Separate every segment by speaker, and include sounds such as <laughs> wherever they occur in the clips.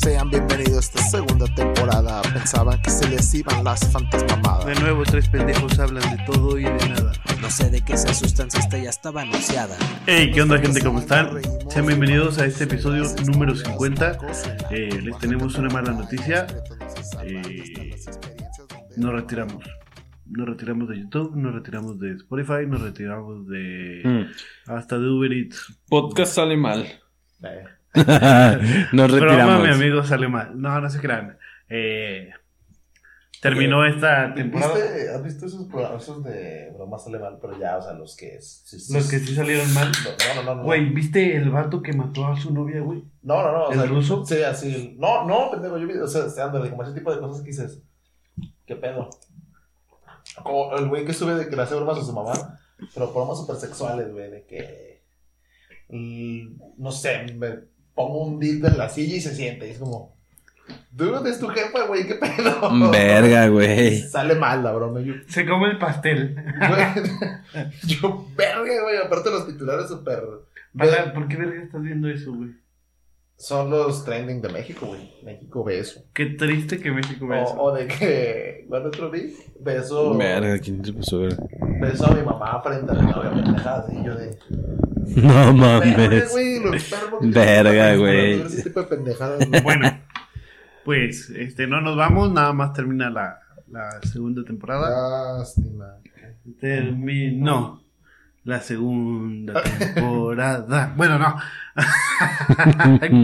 Speaker 1: Sean bienvenidos a esta segunda temporada. Pensaban que se les iban las
Speaker 2: De
Speaker 1: fantasmamadas.
Speaker 2: nuevo, tres pendejos hablan de todo y de nada.
Speaker 3: No sé de qué se asustan si esta ya estaba anunciada.
Speaker 2: Hey, ¿qué onda, gente? ¿Cómo están? Sean bienvenidos a este episodio número 50. Eh, les tenemos una mala noticia. Eh, Nos retiramos. Nos retiramos de YouTube, nos retiramos de Spotify, nos retiramos de.
Speaker 4: Mm.
Speaker 2: hasta de Uber Eats.
Speaker 4: Podcast sale mal.
Speaker 2: Eh,
Speaker 4: <laughs> Nos
Speaker 2: Broma, mi
Speaker 4: retiramos.
Speaker 2: amigo, sale mal. No, no se crean. Eh, terminó esta temporada.
Speaker 5: ¿Viste, ¿Has visto esos programas esos de bromas alemán? Pero ya, o sea, los que. sí, sí,
Speaker 2: Los que sí salieron mal.
Speaker 5: No, no, no. no.
Speaker 2: Güey, ¿viste el vato que mató a su novia, güey?
Speaker 5: No, no, no. o
Speaker 2: ¿El
Speaker 5: sea,
Speaker 2: ruso?
Speaker 5: Sí, así. No, no, pendejo. Yo vi, o sea, ándale, como ese tipo de cosas que dices. ¿Qué pedo? Como el güey que sube de que le hace bromas a su mamá, pero bromas súper sexuales, güey, de que. mm, No sé, me pongo un dildo en la silla y se siente. Y es como. Dude, es tu jefa, güey, qué pedo.
Speaker 4: Verga, güey.
Speaker 5: Sale mal la broma. Yo,
Speaker 2: Se come el pastel.
Speaker 5: Güey, <laughs> Yo, verga, güey. Aparte, los titulares súper.
Speaker 2: Para, ¿Por qué verga estás viendo eso, güey?
Speaker 5: Son los trending de México, güey. México ve eso.
Speaker 2: Qué triste que México
Speaker 5: O,
Speaker 2: vea eso.
Speaker 5: o de que. ¿Cuál otro vi? Beso.
Speaker 4: Verga, ¿quién se puso? verga?
Speaker 5: Beso a mi mamá frente a mi novia, pendejadas. Y yo de.
Speaker 4: No
Speaker 5: Verga,
Speaker 2: <laughs>
Speaker 4: mames.
Speaker 5: güey. Lo enfermo que
Speaker 4: Verga,
Speaker 5: yo-
Speaker 4: güey.
Speaker 5: Ese tipo de pendejadas. güey.
Speaker 2: Bueno, pues este, no nos vamos, nada más termina la, la segunda temporada.
Speaker 5: Lástima.
Speaker 2: Terminó la segunda temporada.
Speaker 4: <laughs>
Speaker 2: Bueno, no.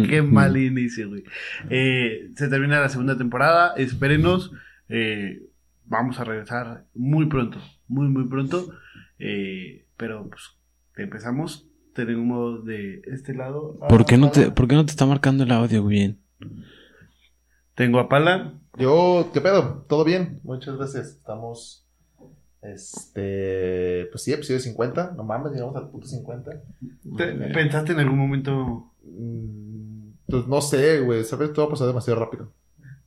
Speaker 2: Qué mal inicio, güey. Eh, se termina la segunda temporada. Espérenos. eh, vamos a regresar muy pronto. Muy, muy pronto. Eh, pero pues empezamos. Tenemos de este lado. a-
Speaker 4: ¿Por qué no te, por qué no te está marcando el audio bien?
Speaker 2: Tengo a Pala.
Speaker 5: Yo, ¿qué pedo? ¿Todo bien? Muchas gracias. Estamos. Este. Pues sí, episodio 50. No mames, llegamos al punto 50.
Speaker 2: ¿Te- ¿Pensaste en algún momento?
Speaker 5: Mm, Pues no sé, güey. ¿Sabes? Todo pasó demasiado rápido.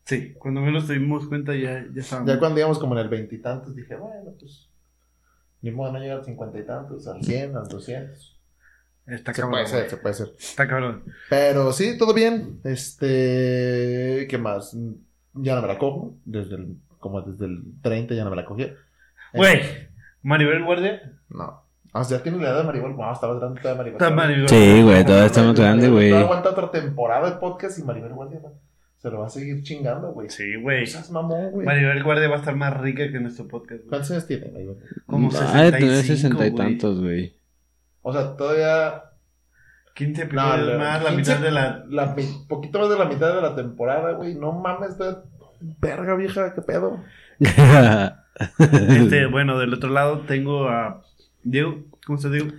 Speaker 2: Sí, cuando menos te dimos cuenta ya, ya estábamos.
Speaker 5: Ya cuando íbamos como en el veintitantos, dije, bueno, pues. Ni modo de no llegar al cincuenta y tantos, al cien, al doscientos.
Speaker 2: Está
Speaker 5: Se
Speaker 2: cabrón.
Speaker 5: puede ser,
Speaker 2: güey.
Speaker 5: se puede ser.
Speaker 2: Está cabrón.
Speaker 5: Pero sí, todo bien. Este. ¿Qué más? Mm, Ya no me la cojo. Desde el, como desde el 30 ya no me la cogí.
Speaker 2: Güey, Maribel Guardia.
Speaker 5: No. O sea, tiene la edad de Maribol. Wow, estaba tratando de Maribol.
Speaker 2: Está Maribel.
Speaker 4: Sí, güey, todavía está más
Speaker 5: Maribel
Speaker 4: grande, güey.
Speaker 5: Guardia No aguanta otra temporada de podcast y Maribel Guardia güey, se lo va a seguir chingando, güey.
Speaker 2: Sí, güey.
Speaker 5: No seas mamón, güey.
Speaker 2: Maribel Guardia va a estar más rica que nuestro podcast. güey.
Speaker 5: ¿Cuántos años tiene, Maribel?
Speaker 2: Como
Speaker 4: Ah,
Speaker 2: 65,
Speaker 4: tener sesenta y
Speaker 2: güey.
Speaker 4: tantos, güey.
Speaker 5: O sea, todavía
Speaker 2: 15 episodios
Speaker 5: la-
Speaker 2: más, la
Speaker 5: 15
Speaker 2: mitad de
Speaker 4: <laughs>
Speaker 2: la...
Speaker 5: la mi- poquito más de la mitad de la temporada, güey. No mames, da- verga vieja, qué pedo.
Speaker 4: <laughs>
Speaker 2: Este, bueno, del otro lado tengo a Diego. ¿Cómo estás, Diego?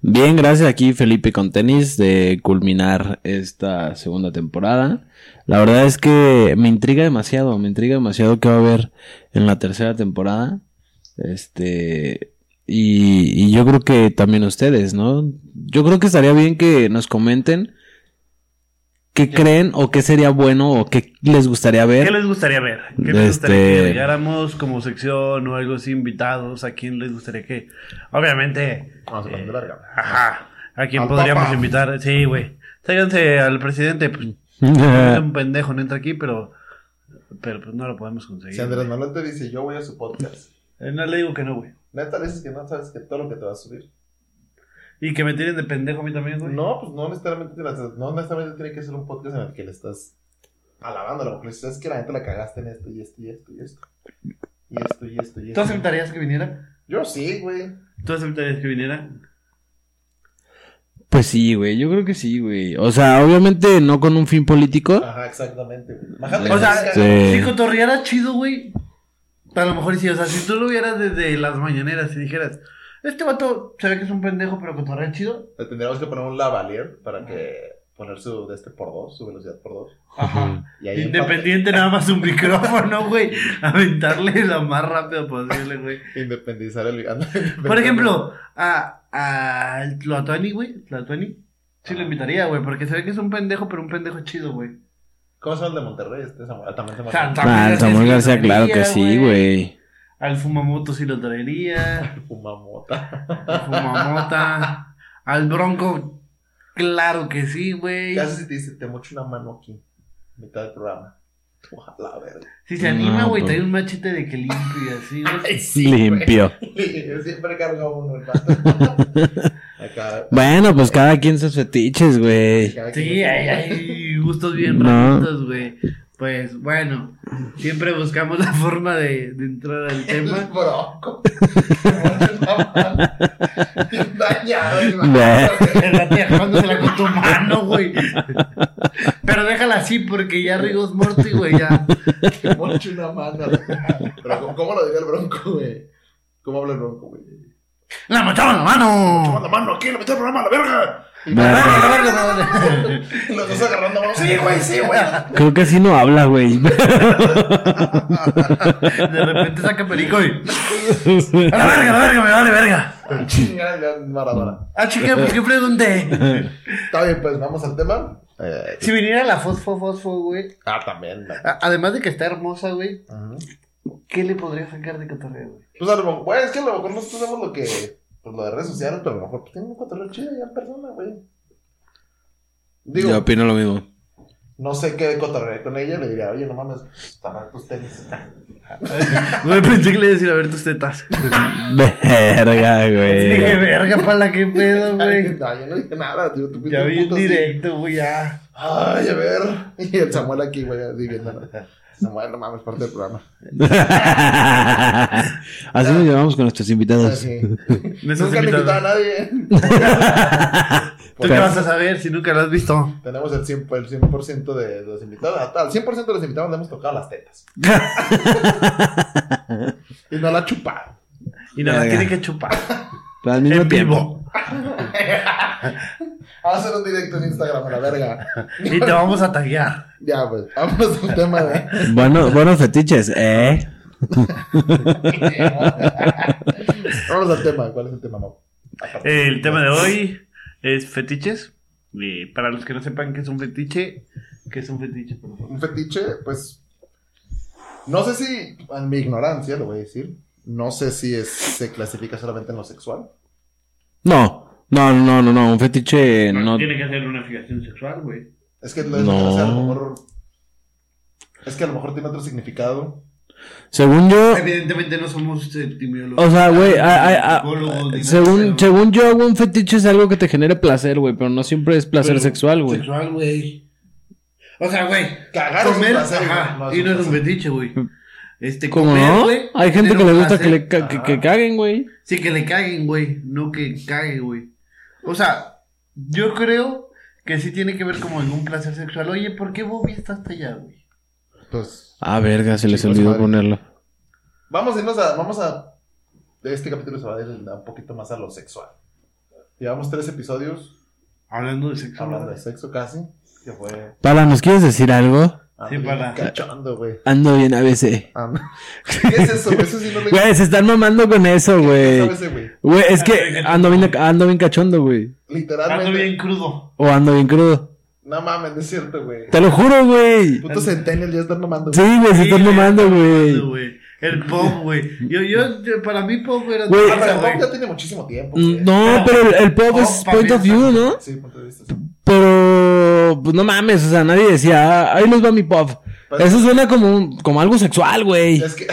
Speaker 4: Bien, gracias aquí Felipe con tenis de culminar esta segunda temporada. La verdad es que me intriga demasiado, me intriga demasiado qué va a haber en la tercera temporada. Este, y, y yo creo que también ustedes, ¿no? Yo creo que estaría bien que nos comenten qué creen o qué sería bueno o qué les gustaría
Speaker 2: ¿Qué
Speaker 4: ver.
Speaker 2: les gustaría ver? ¿Qué les gustaría que
Speaker 4: Este-
Speaker 2: llegáramos como sección o algo así, invitados? ¿A quién les gustaría que...? Obviamente...
Speaker 5: Vamos a
Speaker 2: eh,
Speaker 5: poner de larga.
Speaker 2: Ajá. ¿A quién
Speaker 5: Al
Speaker 2: podríamos
Speaker 5: Papa.
Speaker 2: invitar? Sí, güey. Tráiganse al presidente. Pues,
Speaker 4: Eh.
Speaker 2: es un pendejo, no entra aquí, pero. Pero pues no lo podemos conseguir.
Speaker 5: Si Andrés Manuel te dice, yo voy a su podcast.
Speaker 2: Eh, no le digo que no, güey.
Speaker 5: Neta, le dices que no sabes que todo lo que te va a subir.
Speaker 2: Y que me tiren de pendejo a mí también, güey.
Speaker 5: No, pues no necesariamente, te las- no necesariamente tiene que ser un podcast en el que le estás alabando. A lo mejor es que la neta la cagaste en esto y esto y esto y esto. Y esto y esto y
Speaker 2: ¿Tú
Speaker 5: esto.
Speaker 2: aceptarías que viniera?
Speaker 5: Yo sí, güey.
Speaker 2: ¿Tú aceptarías que viniera?
Speaker 4: Pues sí, güey, yo creo que sí, güey. O sea, obviamente no con un fin político.
Speaker 5: Ajá, exactamente. güey. Bájate,
Speaker 2: O sea,
Speaker 5: güey.
Speaker 4: Este-
Speaker 2: si cotorreara chido, güey. A lo mejor sí, o sea, si tú lo vieras desde las mañaneras y dijeras, este vato se ve que es un pendejo, pero cotorrea chido.
Speaker 5: Le Eh, tendríamos que poner un lavalier para que poner su de este por dos, su velocidad por dos.
Speaker 2: Ajá.
Speaker 5: Y ahí
Speaker 2: Independiente, nada más un micrófono, <laughs> güey. Aventarle lo más rápido posible, güey.
Speaker 5: Independizar el <laughs>
Speaker 2: Por ejemplo, a, a Tlatuani, güey. Tlatuani. Sí lo invitaría, güey, porque se ve que es un pendejo, pero un pendejo chido, güey.
Speaker 5: ¿Cómo se llama el de Monterrey? Este Samuel, ah, también se llama-
Speaker 2: Santa.
Speaker 4: Ah, el Samuel García, claro que sí, güey.
Speaker 2: Al Fumamoto sí lo traería.
Speaker 5: Fumamota.
Speaker 2: Al Fumamota. Al Bronco, claro que sí, güey.
Speaker 5: Casi te dice, te mocho una mano aquí. mitad del programa. Ojalá, verga.
Speaker 2: Si se anima,
Speaker 4: No,
Speaker 2: güey,
Speaker 4: pues.
Speaker 2: trae un machete de que limpio y así, güey.
Speaker 4: Limpio.
Speaker 5: Yo <laughs> siempre cargo uno, el
Speaker 4: <laughs>
Speaker 5: vato. Acá.
Speaker 4: Bueno, pues cada quien sus fetiches, güey.
Speaker 5: cada quien-
Speaker 2: Sí, hay, hay gustos bien
Speaker 4: No.
Speaker 2: raritos, güey. Pues bueno, siempre buscamos <laughs> la forma de, de entrar al tema.
Speaker 4: <laughs>
Speaker 5: <laughs> Broco. Dañado, el vato.
Speaker 4: Ve.
Speaker 2: Está tejándosela con tu mano, güey. Pero déjala así porque ya Rigos Morty, güey, ya.
Speaker 5: Que moche una mano. Pero ¿cómo, cómo lo diría el bronco, güey? ¿Cómo habla el bronco, güey?
Speaker 2: ¡La mochamos la mano!
Speaker 5: la mano aquí! ¡La metí al programa, la verga!
Speaker 4: Verga.
Speaker 5: Y los dos agarrando manos. ¡Sí, güey, sí, güey!
Speaker 4: Creo que así no habla, güey. <laughs>
Speaker 2: De repente saca perico y. ¡A la verga, a la verga, me vale verga!
Speaker 5: Chingada, León Maradona.
Speaker 2: Ah, chica, ¿por qué pregunté?
Speaker 5: Está bien, pues, vamos al tema. Eh,
Speaker 2: Si viniera la Fosfo Fosfo, güey.
Speaker 5: ah, también. ¿no?
Speaker 2: a- Además de que está hermosa, güey.
Speaker 5: Ajá.
Speaker 2: ¿Qué le podría sacar de cotorreo, güey?
Speaker 5: Pues a lo mejor, güey, es que a lo mejor nosotros vemos lo que. Pues lo de redes sociales, pero a lo mejor pues, tienen un control chido ya en persona, güey. Digo,
Speaker 4: Yo opino lo mismo.
Speaker 5: no sé qué cotorrear con ella, le diría, oye, no mames, están mal tus tenis. <laughs>
Speaker 2: Güey, pensé que le iba a decir a ver tus tetas.
Speaker 4: <laughs> Verga,
Speaker 2: Dije,
Speaker 4: güey.
Speaker 2: verga, pala, qué
Speaker 4: <laughs>
Speaker 2: pedo, güey.
Speaker 5: No, yo no dije nada, tío, tú
Speaker 2: Ya
Speaker 5: tú
Speaker 2: vi en
Speaker 5: puto así.
Speaker 2: directo, güey, ya.
Speaker 5: Ay, a ver. <laughs> Y el Samuel aquí, güey, así viendo. Samuel, no mames, parte
Speaker 2: <laughs>
Speaker 5: del programa.
Speaker 4: <laughs> Así nos llevamos con nuestros invitados.
Speaker 5: Así.
Speaker 2: Nuestros
Speaker 5: Nunca le
Speaker 2: invitados.
Speaker 5: invitaba a nadie. <laughs>
Speaker 2: ¿Tú qué vas a saber si nunca lo has visto?
Speaker 5: Tenemos el 100%, el 100 de los invitados. Hasta Al 100% de los invitados le hemos tocado
Speaker 2: <laughs>
Speaker 5: las tetas. y no la chupado.
Speaker 2: Y no la
Speaker 4: Verga.
Speaker 2: tiene que chupar.
Speaker 4: Pero al mismo
Speaker 2: En
Speaker 4: tiempo.
Speaker 2: vivo.
Speaker 5: Vamos a hacer un directo en Instagram, a la verga.
Speaker 2: Y te vamos a taguear.
Speaker 5: Ya, pues, vamos al tema de.
Speaker 4: Bueno, buenos fetiches, ¿eh?
Speaker 5: Vamos al tema. ¿Cuál es el tema, Mau?
Speaker 2: El tema de hoy es fetiches. Y para los que no sepan qué es un fetiche, ¿qué es un fetiche, por favor?
Speaker 5: Un fetiche, pues. No sé si, en mi ignorancia, lo voy a decir. No sé si es, se clasifica solamente en lo sexual.
Speaker 4: No, no, no, no, no. Un fetiche
Speaker 2: No,
Speaker 4: no.
Speaker 2: tiene que hacer una fijación sexual, güey.
Speaker 5: Es que lo-
Speaker 4: No.
Speaker 5: o sea, a lo mejor. Es que a lo mejor tiene otro significado.
Speaker 4: Según yo.
Speaker 2: Evidentemente no somos etimólogos.
Speaker 4: O sea, güey, a- a- a- según, según yo, un fetiche es algo que te genere placer, güey, pero no siempre es placer
Speaker 2: Pero-
Speaker 4: sexual, güey.
Speaker 2: Sexual, güey. O sea, güey,
Speaker 5: Cagar es un
Speaker 2: comer,
Speaker 5: placer,
Speaker 2: ajá,
Speaker 5: no es
Speaker 2: y
Speaker 5: un
Speaker 2: no es un
Speaker 5: placer.
Speaker 2: fetiche, güey. Este,
Speaker 4: Mm. ¿Cómo
Speaker 2: comer,
Speaker 4: no?
Speaker 2: güey,
Speaker 4: Hay gente
Speaker 2: tener
Speaker 4: que le
Speaker 2: un
Speaker 4: gusta que
Speaker 2: placer.
Speaker 4: le ca- que, que caguen, güey.
Speaker 2: Sí, que le caguen, güey, no que cague, güey. O sea, yo creo que sí tiene que ver como en un placer sexual. Oye, ¿por qué Bobby está hasta allá, güey?
Speaker 5: Pues.
Speaker 4: Ah, verga, se les
Speaker 5: Chicos,
Speaker 4: olvidó
Speaker 5: madre.
Speaker 4: ponerlo.
Speaker 5: Vamos a irnos a. Vamos a. Este capítulo se va a ir un poquito más a lo sexual. Llevamos tres episodios
Speaker 2: Hablando de sexo.
Speaker 5: hablando
Speaker 2: ¿verdad?
Speaker 5: de sexo casi. Que fue.
Speaker 4: Pala, ¿nos quieres decir algo?
Speaker 5: ando
Speaker 2: Sí,
Speaker 5: bien
Speaker 2: para-
Speaker 5: Cachondo, güey.
Speaker 4: Ando bien ABC.
Speaker 2: <laughs>
Speaker 5: Ando- ¿Qué es eso? Eso sí no me
Speaker 4: Güey, se están mamando con eso,
Speaker 5: ¿Qué
Speaker 4: güey.
Speaker 5: sabe ese, güey?
Speaker 4: Güey, es que ando bien, ando bien cachondo, güey.
Speaker 5: Literalmente.
Speaker 2: Ando bien crudo.
Speaker 4: O ando bien crudo.
Speaker 5: No mames, no es cierto, güey.
Speaker 4: Te lo juro, güey.
Speaker 5: Puto Centennial ya están nomando. güey.
Speaker 4: Sí, güey, se
Speaker 2: Sí,
Speaker 4: están
Speaker 2: güey,
Speaker 4: mamando, güey.
Speaker 2: güey. El pop, güey. Yo, yo, yo- para mí pop era...
Speaker 4: Güey. Mm,
Speaker 5: Ah, pero
Speaker 2: Esa,
Speaker 5: el
Speaker 2: güey.
Speaker 4: <laughs>
Speaker 5: pop ya tiene muchísimo tiempo. güey.
Speaker 4: No, pero el, el pop
Speaker 2: Oh,
Speaker 4: es
Speaker 2: papi,
Speaker 4: point of view, ¿no?
Speaker 5: Sí, punto de vista.
Speaker 4: Pero, pues no mames, o sea, nadie decía, "Ah, ahí les va mi pop.
Speaker 5: Pues-
Speaker 4: Eso suena como, un- como algo sexual, güey.
Speaker 5: Es que.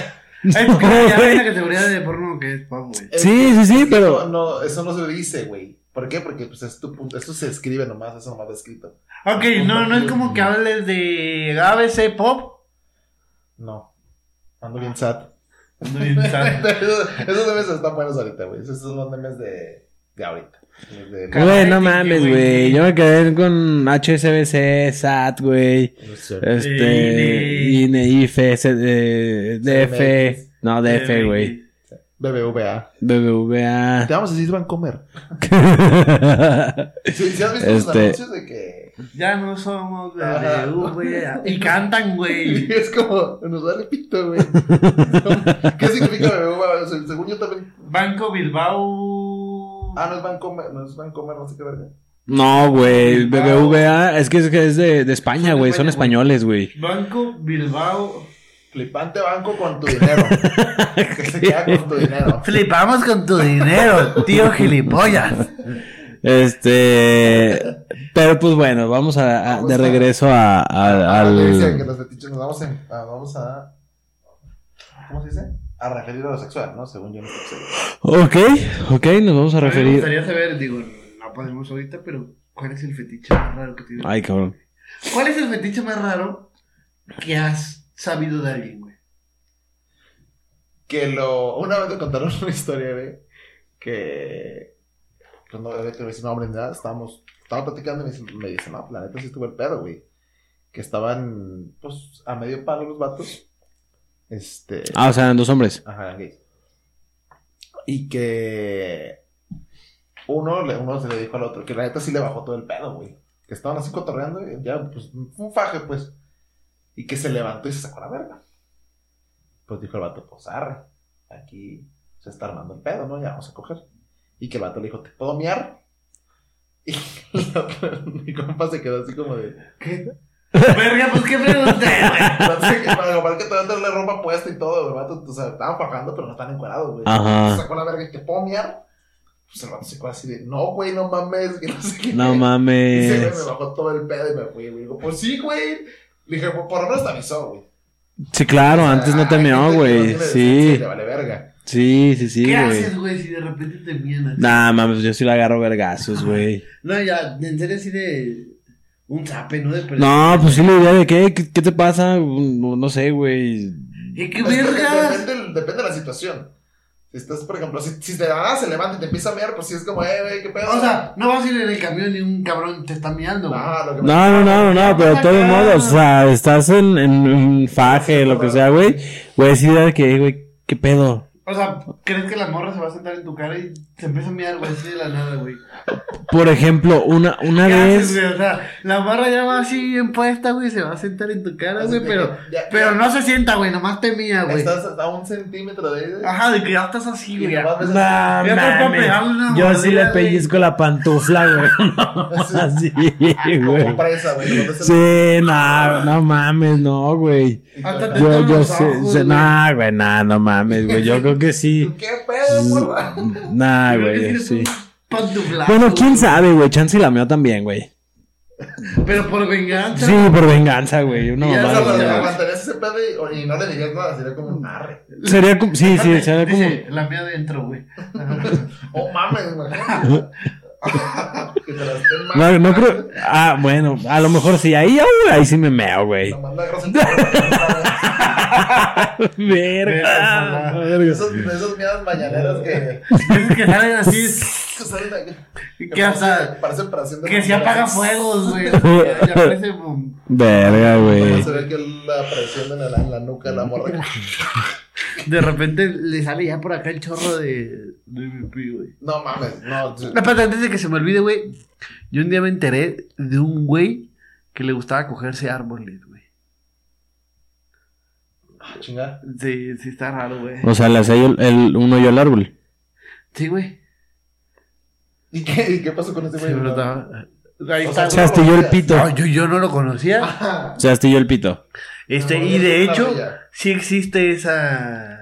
Speaker 4: <laughs>
Speaker 2: Ay, porque ya hay
Speaker 4: güey.
Speaker 2: una categoría de porno que es pop, güey.
Speaker 4: Sí, sí, sí,
Speaker 5: No,
Speaker 4: pero.
Speaker 5: no, eso no se dice, güey. ¿Por qué? Porque pues es tu punto. Eso se escribe nomás, eso nomás va escrito.
Speaker 2: Ok, no, no es como que hables de ABC Pop.
Speaker 5: No. Ando
Speaker 4: <laughs>
Speaker 5: bien sad.
Speaker 2: Ando
Speaker 5: <laughs>
Speaker 2: bien sad.
Speaker 5: Esos esos memes están buenos ahorita, güey. Esos son los memes de, de ahorita. Los de-
Speaker 2: Ca-
Speaker 4: Güey,
Speaker 2: Cállate,
Speaker 4: no mames,
Speaker 2: güey.
Speaker 4: güey. Yo me quedé con HSBC, SAT, güey.
Speaker 5: no sé.
Speaker 2: E
Speaker 4: Este. INE, IFE, S- eh, DF. No, DF, güey.
Speaker 5: BBVA.
Speaker 4: BBVA.
Speaker 5: Te vamos a decir, van a comer. Si has visto los
Speaker 4: Este-
Speaker 5: anuncios de que.
Speaker 2: Ya no somos
Speaker 5: Ajá.
Speaker 2: BBVA. Y cantan, <laughs> güey.
Speaker 5: Es como, nos vale pito, güey. ¿Qué significa BBVA? O sea, según yo también.
Speaker 2: Banco Bilbao.
Speaker 5: Ah, no es van comer, no es van comer, no sé qué verga.
Speaker 4: <laughs> No, güey. BBVA. Es que es, que es de, de
Speaker 2: Son
Speaker 4: España,
Speaker 2: de
Speaker 4: güey.
Speaker 2: España,
Speaker 4: Son
Speaker 2: güey.
Speaker 4: españoles, güey.
Speaker 2: Banco Bilbao.
Speaker 5: Flipante banco con tu dinero. que se queda con tu dinero.
Speaker 2: Flipamos con tu dinero, tío gilipollas.
Speaker 4: Este. Pero pues bueno, vamos a, a-
Speaker 5: Vamos
Speaker 4: de
Speaker 5: a-
Speaker 4: regreso a, a-
Speaker 5: Ah, que dicen que
Speaker 4: al.
Speaker 5: los fetiches nos vamos en- a, vamos a. ¿Cómo se dice? A referir a lo sexual, ¿no? Según yo. no sé.
Speaker 4: Ok, ok, nos vamos a
Speaker 2: A mí Me
Speaker 4: referir.
Speaker 2: gustaría saber, digo, no podemos ahorita, pero ¿cuál es el fetiche más raro que tienes?
Speaker 4: Ay, cabrón.
Speaker 2: ¿Cuál es el fetiche más raro que has sabido de alguien,
Speaker 4: <laughs>
Speaker 2: güey?
Speaker 5: Que lo. Una vez me contaron <laughs> una historia, güey. Que. Pues no, güey, te voy a decir nombre ni nada. Estábamos. Estaba platicando y me dicen, me dicen, no, la neta sí estuvo el pedo, güey. Que estaban, pues, a medio palo los vatos. Este.
Speaker 4: Ah, o sea, eran dos hombres.
Speaker 5: Ajá, gays. Y que. Uno, le- uno se le dijo al otro, que la neta sí le bajó todo el pedo, güey. Que estaban así cotorreando, y ya, pues, un faje, pues. Y que se levantó y se sacó la verga. Pues dijo el vato, pues arre, aquí se está armando el pedo, ¿no? Ya vamos a coger. Y que el vato le dijo, ¿te puedo miar? <laughs> Y <laughs> el otro- mi compa se quedó así como de.
Speaker 2: ¿Qué? Verga, pues qué pregunta,
Speaker 5: Parece que para para que todavía la ropa puesta y todo, el vato, o sea, estaban fajando, pero no están encuadrados, güey.
Speaker 4: Ajá.
Speaker 5: Se sacó la verga y que puedo miar. Pues el vato se quedó así de, no, güey, no mames, que no sé qué.
Speaker 4: No
Speaker 5: Y se me, me
Speaker 4: mames.
Speaker 5: bajó todo el pedo y me fui, güey. Digo, pues sí, güey. Le dije, pues por lo menos te avisó, güey.
Speaker 4: Sí, claro,
Speaker 5: O sea,
Speaker 4: antes no te
Speaker 5: hay
Speaker 4: meó,
Speaker 5: gente que no
Speaker 4: güey.
Speaker 5: tiene decencia y
Speaker 4: Sí,
Speaker 5: Le vale verga.
Speaker 4: sí, sí, sí,
Speaker 2: ¿Qué
Speaker 4: güey.
Speaker 2: haces, güey, si de repente te mientas?
Speaker 4: Nah, mames, yo sí la agarro vergazos, güey.
Speaker 2: No, ya, en serio así de un zape, ¿no? De perder.
Speaker 4: No, pues sí, la idea de qué, qué, qué te pasa, no, no sé, güey.
Speaker 2: ¿Y qué
Speaker 5: Es que
Speaker 2: vergas?
Speaker 5: Depende, depende de la situación. Si estás, por ejemplo, si, si de la nada se levanta y te empieza a miar, pues sí es como, eh, güey, qué pedo.
Speaker 2: O sea, no vas a ir en el camión y un cabrón te está mirando, güey.
Speaker 5: no, lo que me-
Speaker 4: No, no, no, no, no, pero de todos modos, o sea, estás en, en un faje, lo que sea, güey. Güey, sí, de que, güey, qué pedo.
Speaker 2: O sea, ¿crees que la morra se va a sentar en tu cara y se empieza a mirar, güey, así de la nada, güey?
Speaker 4: Por ejemplo, una, una
Speaker 2: ¿Qué haces,
Speaker 4: vez.
Speaker 2: güey? O sea, la morra ya va así bien puesta, güey, se va a sentar en tu cara,
Speaker 5: Así
Speaker 2: güey,
Speaker 5: de
Speaker 2: pero,
Speaker 5: que ya-
Speaker 2: pero
Speaker 5: ya-
Speaker 2: no se sienta, güey, nomás te mía, güey.
Speaker 5: Estás a un centímetro de ella.
Speaker 2: Ajá, de que ya estás así,
Speaker 5: Y
Speaker 2: güey.
Speaker 5: nomás ves
Speaker 4: No,
Speaker 2: Ya fue para
Speaker 4: mames.
Speaker 2: pegarle una
Speaker 4: Yo sí le
Speaker 2: mordida, güey.
Speaker 4: pellizco la pantufla, güey. <laughs>
Speaker 2: <laughs>
Speaker 4: Así,
Speaker 2: Ah,
Speaker 4: güey.
Speaker 5: Como presa, güey.
Speaker 4: Sí, no, no mames, no, güey.
Speaker 2: Hasta te
Speaker 4: Yo,
Speaker 2: tapan
Speaker 4: yo
Speaker 2: los
Speaker 4: sé,
Speaker 2: ojos,
Speaker 4: sé-
Speaker 2: güey.
Speaker 4: nah, güey, nah, no mames, güey. Yo creo que sí.
Speaker 2: <laughs>
Speaker 5: ¿Qué pedo, morra?
Speaker 4: Nah,
Speaker 2: Creo que
Speaker 4: güey,
Speaker 2: tienes
Speaker 4: sí.
Speaker 2: un pantuflazo,
Speaker 4: Bueno, quién
Speaker 2: güey.
Speaker 4: sabe, güey. Chance y la meó también, güey.
Speaker 2: Pero por venganza.
Speaker 4: Sí, por venganza, güey. Una
Speaker 2: Y ya
Speaker 5: O
Speaker 4: mamada
Speaker 5: sea, pero
Speaker 4: así,
Speaker 5: te
Speaker 2: ya.
Speaker 4: güey.
Speaker 5: aguantarías ese pedo y, y no le dirías nada, sería como un arre.
Speaker 4: Sería como.
Speaker 2: <laughs>
Speaker 4: Sí, sí, sería como.
Speaker 2: Dice, la mía adentro, güey.
Speaker 5: Oh, mames,
Speaker 4: <laughs>
Speaker 5: imagínate. que te la estén mal.
Speaker 4: No, no creo. Ah, bueno, a lo mejor sí. Ahí, ah, güey, ahí sí me meo, güey.
Speaker 5: La manda grosa en tu cara.
Speaker 4: Verga. <laughs>
Speaker 5: Esos- de Esas mierdas mañaneras que,
Speaker 2: Es que salen así,
Speaker 5: que salen de-
Speaker 2: que hasta,
Speaker 5: parece- parece operación de
Speaker 2: que se
Speaker 5: mañaneras.
Speaker 2: apaga fuegos, güey. Ya parece, boom.
Speaker 4: Verga,
Speaker 5: Pero
Speaker 4: güey.
Speaker 5: Se ve que la presión en la, en la nuca de la morra.
Speaker 2: De repente le sale ya por acá el chorro de, de mi pi, güey.
Speaker 5: No mames, no.
Speaker 2: No, espérate, antes de que se me olvide, güey. Yo un día me enteré de un güey que le gustaba cogerse árboles, güey.
Speaker 5: Chinga.
Speaker 2: Sí, sí, está raro, güey.
Speaker 4: O sea, le hacía yo- el, uno yo al árbol.
Speaker 2: Sí, güey.
Speaker 5: ¿Y qué, y qué pasó con ese
Speaker 2: Sí,
Speaker 5: güey?
Speaker 2: pero estaba- Ahí
Speaker 5: O
Speaker 2: está,
Speaker 5: sea,
Speaker 4: Se astilló el pito.
Speaker 2: No, yo, yo no lo conocía.
Speaker 5: Ajá.
Speaker 4: Se astilló el pito.
Speaker 2: Este,
Speaker 5: Ah, No,
Speaker 2: y
Speaker 5: yo
Speaker 2: de
Speaker 5: soy una
Speaker 2: hecho,
Speaker 5: bella.
Speaker 2: sí existe esa.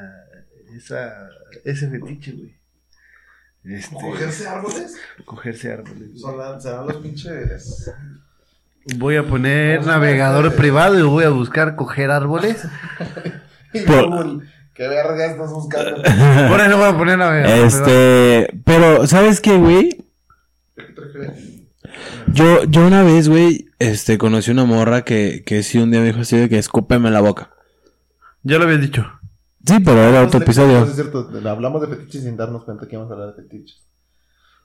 Speaker 2: esa ese fetiche, güey. Este,
Speaker 5: ¿Cogerse árboles?
Speaker 2: cogerse árboles. güey.
Speaker 5: Son la- serán los pinches.
Speaker 2: Voy a poner
Speaker 5: Vamos a
Speaker 2: navegador
Speaker 5: ver.
Speaker 2: privado y voy a buscar coger
Speaker 5: <laughs>
Speaker 2: árboles.
Speaker 5: Y
Speaker 4: Por-
Speaker 5: Google, ¿Qué verga estás buscando?
Speaker 2: Ahora no voy a poner navegador privado.
Speaker 4: Este. Pero, ¿sabes qué, güey? Yo, yo una vez, güey, este, conocí una morra que, que sí un día me dijo así de que escúpeme en la boca.
Speaker 2: Ya lo habías dicho.
Speaker 4: Sí, pero era otro
Speaker 5: No,
Speaker 4: episodio.
Speaker 5: Es cierto, hablamos de fetiches sin darnos cuenta que íbamos a hablar de fetiches.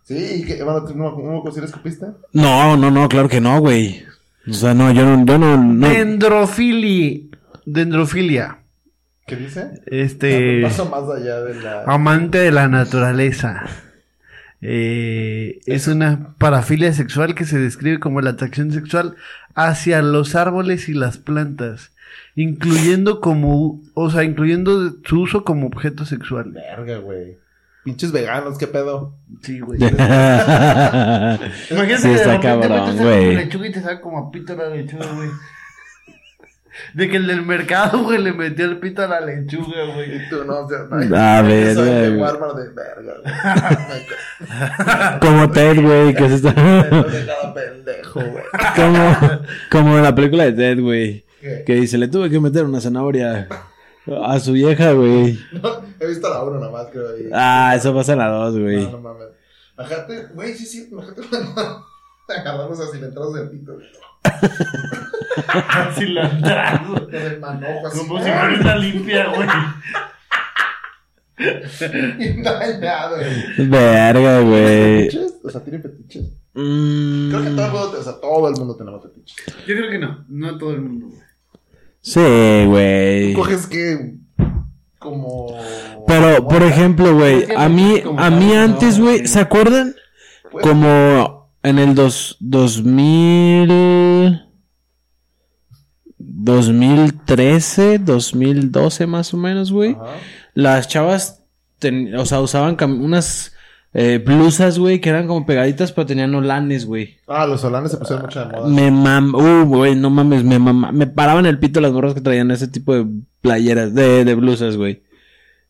Speaker 5: Sí, y que, bueno, ¿tú no, no, no, si le escupiste?
Speaker 4: No, no, no, claro que no, güey. O sea, no, yo no, yo no, no.
Speaker 2: Dendrofili. Dendrofilia.
Speaker 5: ¿Qué dice?
Speaker 2: Este.
Speaker 5: Paso más allá de la.
Speaker 2: Amante de la naturaleza. Eh, es una parafilia sexual que se describe como la atracción sexual hacia los árboles y las plantas, incluyendo como, o sea, incluyendo su uso como objeto sexual.
Speaker 5: Verga, güey. Pinches veganos, ¿qué pedo?
Speaker 2: Sí, güey.
Speaker 4: <laughs> sí,
Speaker 2: que de
Speaker 4: está
Speaker 2: repente, güey,
Speaker 4: cabrón,
Speaker 2: te saca tu
Speaker 4: güey.
Speaker 2: lechuga y te sabe como a pito la lechuga, güey. <laughs> De que el del mercado, güey, le metió el pito a la lechuga, güey. <laughs>
Speaker 5: Y tú no, o sea,
Speaker 4: A ver,
Speaker 5: Soy de
Speaker 4: güey.
Speaker 5: Walmart de verga, güey.
Speaker 4: Como Ted, güey, que se
Speaker 5: Eso <laughs>
Speaker 4: está...
Speaker 5: de cada pendejo, güey.
Speaker 4: como, como en la película de Ted, güey.
Speaker 5: ¿Qué?
Speaker 4: Que dice, le tuve que meter una zanahoria a su vieja, güey.
Speaker 5: No, he visto la uno nomás, creo. y-
Speaker 4: Ah, eso pasa en la dos, güey.
Speaker 5: No, no mames. Bajate, güey, sí, sí, bajate. <laughs> Agarramos a cilantrados del pito, güey.
Speaker 2: Así la trago.
Speaker 5: Con el manojo así.
Speaker 2: Como si
Speaker 5: <laughs>
Speaker 2: fuera una limpia, güey.
Speaker 5: Bien dañado, güey.
Speaker 4: Verga, güey.
Speaker 5: ¿Fetiches? O sea, tiene fetiches.
Speaker 4: Mm,
Speaker 5: Creo que todo el mundo, o sea, todo el mundo tenemos fetiches.
Speaker 2: Yo creo que no. No todo el mundo, güey.
Speaker 4: sí, güey.
Speaker 5: Coges que. Como.
Speaker 4: Pero, por ejemplo, güey, a mí, a mí antes, güey, ¿se acuerdan?
Speaker 5: Pues-
Speaker 4: Como en el dos, 2000... 2013, 2012 más o menos, güey.
Speaker 5: Ajá.
Speaker 4: Las chavas, ten- o sea, usaban cam- unas eh, blusas, güey, que eran como pegaditas, pero tenían olanes, güey.
Speaker 5: Ah, los solanes se pusieron mucho de moda.
Speaker 4: Me mam... Uh, güey, no mames, me mama... Me paraban el pito las morras que traían ese tipo de playeras, de, de blusas, güey.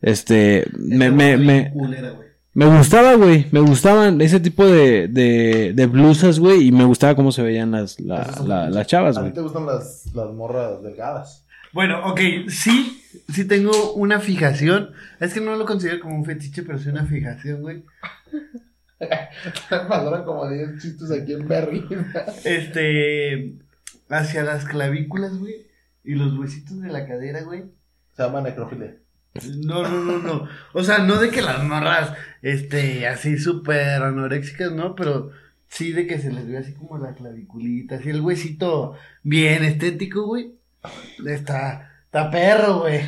Speaker 4: Este, me, me, me,
Speaker 2: Culera, güey.
Speaker 4: me gustaba, güey. Me gustaban ese tipo de, de, de blusas, güey. Y me gustaba cómo se veían las, la-
Speaker 5: Esas son
Speaker 4: la-
Speaker 5: muchas.
Speaker 4: las chavas,
Speaker 5: A ti
Speaker 4: güey.
Speaker 5: te gustan las, las morras delgadas. <laughs>
Speaker 2: Bueno, ok, sí, sí tengo una fijación. Es que no lo considero como un fetiche, pero sí una fijación, güey.
Speaker 5: Valoran como 10 chistes aquí en Berlín.
Speaker 2: Este, hacia las clavículas, güey, y los huesitos de la cadera, güey.
Speaker 5: <laughs> Se llama necrofilia.
Speaker 2: No, no, no, no. O sea, no de que las morras, este, así súper anoréxicas, ¿no? Pero sí de que se les ve así como la claviculita, así el huesito bien estético, güey. Está, está perro, güey.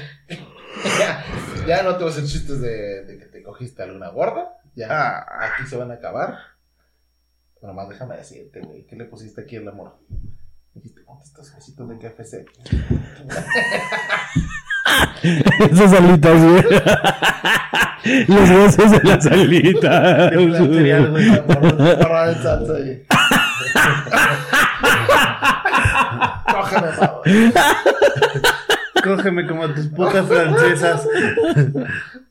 Speaker 5: ya no te vas a hacer chistes de, de que te cogiste alguna gorda. Ya
Speaker 2: Ah.
Speaker 5: aquí se van a acabar. Pero más déjame decirte, güey, ¿qué le pusiste aquí en la morra? Dijiste, ponte estos huesitos de KFC.
Speaker 4: <laughs> Esas alitas, güey.
Speaker 2: <laughs>
Speaker 4: Los huesos de las alitas.
Speaker 2: De plateado, güey.
Speaker 5: La morra- la morra en salsa y... Cógeme, pa, güey.
Speaker 2: Cógeme como a tus putas francesas.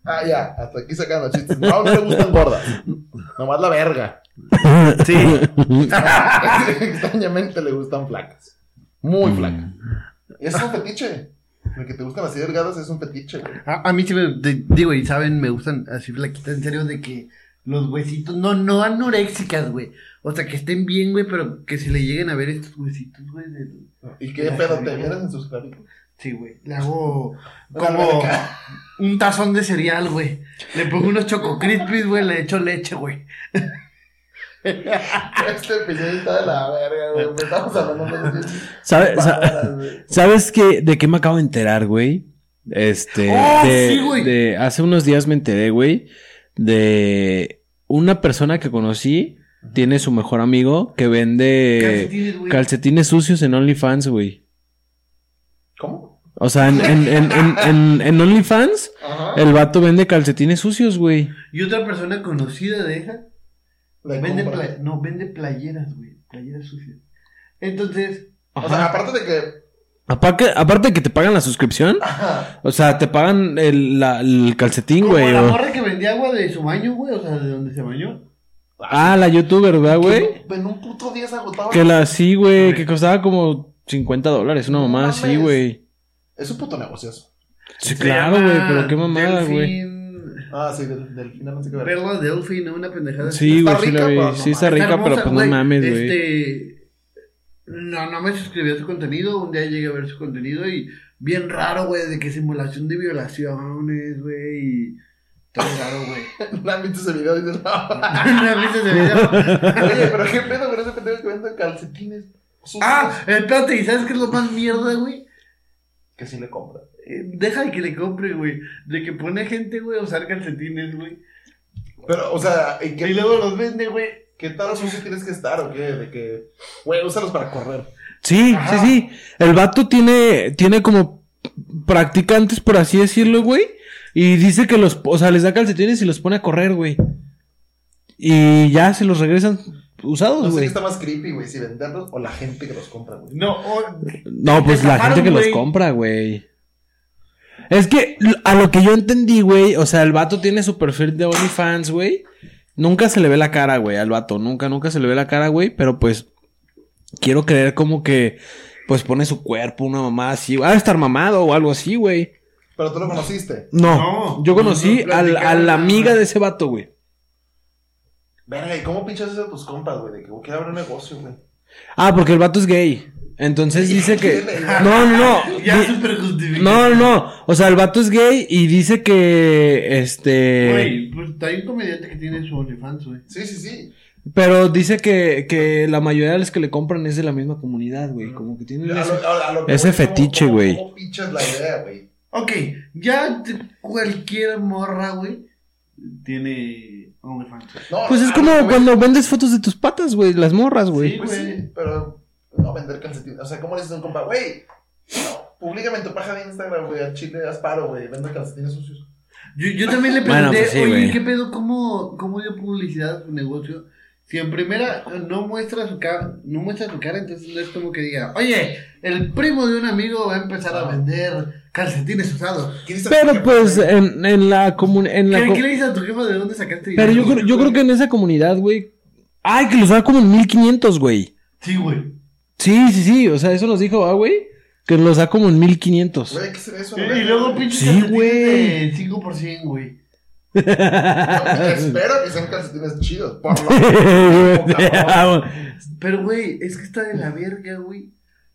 Speaker 5: Ah, ya, hasta aquí sacan los chistes. No, no me gustan gordas. Nomás la verga. <laughs>
Speaker 2: Sí.
Speaker 4: <laughs>
Speaker 5: Extrañamente le gustan flacas.
Speaker 4: Mm.
Speaker 5: Muy flacas. Es un fetiche. El que te gustan así delgadas es un fetiche, güey.
Speaker 2: A, a mí sí me, de- digo, y saben, me gustan así flaquitas, en serio, de que los huesitos, no, no anoréxicas, güey. O sea, que estén bien, güey, pero que se le lleguen a ver estos huesitos, güey. de-
Speaker 5: ¿Y qué pedo te vieras en sus clavículas?
Speaker 2: Sí, güey. Le hago
Speaker 5: Una
Speaker 2: como
Speaker 5: alberca.
Speaker 2: un tazón de cereal, güey. Le pongo unos choco crispies, güey, le echo leche, güey.
Speaker 5: <laughs> Este episodio está de la verga, güey. Me Estamos hablando de
Speaker 4: <laughs>
Speaker 5: los chistes.
Speaker 4: ¿Sabes?
Speaker 5: Bárbaras, güey.
Speaker 4: <laughs> ¿Sabes qué? ¿De qué me acabo de enterar, güey? Este.
Speaker 2: ¡Oh,
Speaker 4: de,
Speaker 2: sí, güey!
Speaker 4: de- hace unos días me enteré, güey, de una persona que conocí, tiene su mejor amigo que vende calcetines,
Speaker 2: Calcetines, güey.
Speaker 4: sucios en OnlyFans, güey.
Speaker 5: ¿Cómo?
Speaker 4: O sea, en, en, en, en, en- en OnlyFans,
Speaker 5: Ajá.
Speaker 4: el vato vende calcetines sucios, güey.
Speaker 2: Y otra persona conocida de esa
Speaker 5: La
Speaker 2: vende,
Speaker 5: compra.
Speaker 2: pla- no, vende playeras, güey. Playeras sucias. Entonces,
Speaker 5: O sea, aparte de que.
Speaker 4: Aparte, aparte de que te pagan la suscripción,
Speaker 5: Ajá.
Speaker 4: o sea, te pagan el, la- el calcetín,
Speaker 2: como
Speaker 4: güey.
Speaker 2: la
Speaker 4: o-
Speaker 2: morra que vendía agua de su baño, güey, o sea, de donde se bañó.
Speaker 4: Ah, la youtuber, ¿verdad, güey?
Speaker 5: que En un puto día se agotaba.
Speaker 4: Que la sí, güey, que costaba como 50 dólares, una
Speaker 5: No
Speaker 4: mamá
Speaker 5: mames.
Speaker 4: así, güey.
Speaker 5: Es un puto negocio eso.
Speaker 4: Sí,
Speaker 2: Se
Speaker 4: claro,
Speaker 2: llama
Speaker 4: güey, pero qué mamada, güey.
Speaker 2: Delfín-
Speaker 5: Ah, sí, del, del final no sé qué ver. <laughs>
Speaker 2: Perla Delfín, ¿no? Una pendejada.
Speaker 4: Sí,
Speaker 5: Está
Speaker 4: güey, sí
Speaker 5: rica,
Speaker 4: la vi.
Speaker 5: pero no
Speaker 4: Sí está
Speaker 2: Está
Speaker 4: rica, pero
Speaker 2: hermosa,
Speaker 4: pues no mames, güey.
Speaker 2: Este, no, no me suscribí a su contenido. Un día llegué a ver su contenido y bien raro, güey, de que simulación de violaciones, güey. Y todo raro, güey. <laughs>
Speaker 5: No han visto ese video y dices, no.
Speaker 4: <laughs>
Speaker 2: ¿No viste ese video?
Speaker 5: Oye, pero qué pedo con ese pendejo que vende calcetines. sucios?
Speaker 2: Ah, espérate, ¿y sabes qué es lo más mierda, güey?
Speaker 5: Que sí le compra.
Speaker 2: Eh, Deja de que le compre, güey. De que pone gente, güey, a usar calcetines, güey.
Speaker 5: Pero, o sea, ¿y
Speaker 2: Y
Speaker 5: qué,
Speaker 2: luego los vende, güey.
Speaker 5: qué tan sucio tienes que estar o qué? De que, güey, úsalos para correr.
Speaker 4: Pues, Sí,
Speaker 2: Ajá.
Speaker 4: sí, sí. El vato tiene, tiene como practicantes, por así decirlo, güey. Y dice que los, o sea, les da calcetines y los pone a correr, güey. Y ya se los regresan usados,
Speaker 5: No sé qué
Speaker 4: güey.
Speaker 5: está más creepy, güey, si venderlos o la gente que los compra, güey.
Speaker 6: No, o-
Speaker 4: No, pues la
Speaker 6: Estafaron,
Speaker 4: gente que los
Speaker 6: güey.
Speaker 4: compra, güey. Es que l- a lo que yo entendí, güey, o sea, el vato tiene su perfil de OnlyFans, güey. Nunca se le ve la cara, güey, al vato. Nunca, nunca se le ve la cara, güey. Pero pues, quiero creer como que, pues pone su cuerpo, una mamá así. Ha de estar mamado o algo así, güey.
Speaker 5: Pero tú lo conociste.
Speaker 4: No,
Speaker 6: No,
Speaker 4: yo conocí
Speaker 6: no, no,
Speaker 4: al- a la
Speaker 6: platicaron.
Speaker 4: amiga de ese vato, güey.
Speaker 5: Verga, ¿y cómo pinches eso a tus compas, güey? De que güey, quiero abrir un negocio, güey.
Speaker 4: Ah, porque el vato es gay. Entonces dice que... No, no, no.
Speaker 2: Ya
Speaker 4: Di-
Speaker 2: súper justificado.
Speaker 4: No, no. O sea, el vato es gay y dice que... Este...
Speaker 2: Güey, pues hay un comediante que tiene su OnlyFans, güey.
Speaker 5: Sí, sí, sí.
Speaker 4: Pero dice que, que la mayoría de los que le compran es de la misma comunidad, güey. Como que tienen
Speaker 5: A
Speaker 4: ese...
Speaker 5: lo- a- a lo que
Speaker 4: Ese
Speaker 5: voy, ¿cómo-
Speaker 4: fetiche,
Speaker 5: cómo-
Speaker 4: güey.
Speaker 5: ¿Cómo pinches la idea, güey?
Speaker 2: Ok, ya te- cualquier morra, güey, tiene OnlyFans.
Speaker 5: No,
Speaker 4: Pues es
Speaker 5: a
Speaker 4: como
Speaker 5: lo que voy-
Speaker 4: cuando vendes fotos de tus patas, güey. Las morras,
Speaker 2: Sí,
Speaker 4: güey.
Speaker 5: Pues sí, pero no vender calcetines. O sea, ¿cómo le dices a un compa, güey? No, públicame en tu página de Instagram, güey. Al chile, haz paro, güey. Vendo calcetines sucios.
Speaker 2: Yo, yo también le pregunté,
Speaker 4: Bueno, pues sí,
Speaker 2: oye,
Speaker 4: güey.
Speaker 2: ¿qué pedo? ¿Cómo, ¿Cómo dio publicidad a su negocio? Si en primera eh, no muestra su cara, no muestra su cara, entonces no es como que diga, oye, el primo de un amigo va a empezar a vender calcetines usados.
Speaker 5: ¿Quién dice-
Speaker 4: Pero pues en, en la
Speaker 2: ¿Qué,
Speaker 4: comunidad...
Speaker 2: qué le dices a tu jefa de dónde sacaste
Speaker 4: Pero yo, creo- yo creo que en esa comunidad, güey... Ay, que los da como en 1500, güey.
Speaker 2: Sí, güey.
Speaker 4: Sí, sí, sí. O sea, eso nos dijo, ah, güey. Que los da como en 1500.
Speaker 5: Güey, ¿qué será eso?
Speaker 2: Y, y luego pinches
Speaker 4: Sí,
Speaker 2: calcetines
Speaker 4: güey.
Speaker 2: de 5 por 100, güey.
Speaker 4: <laughs>
Speaker 5: No, espero que sean calcetines chidos. Por lo
Speaker 2: Pero, güey, es que está de la verga, güey.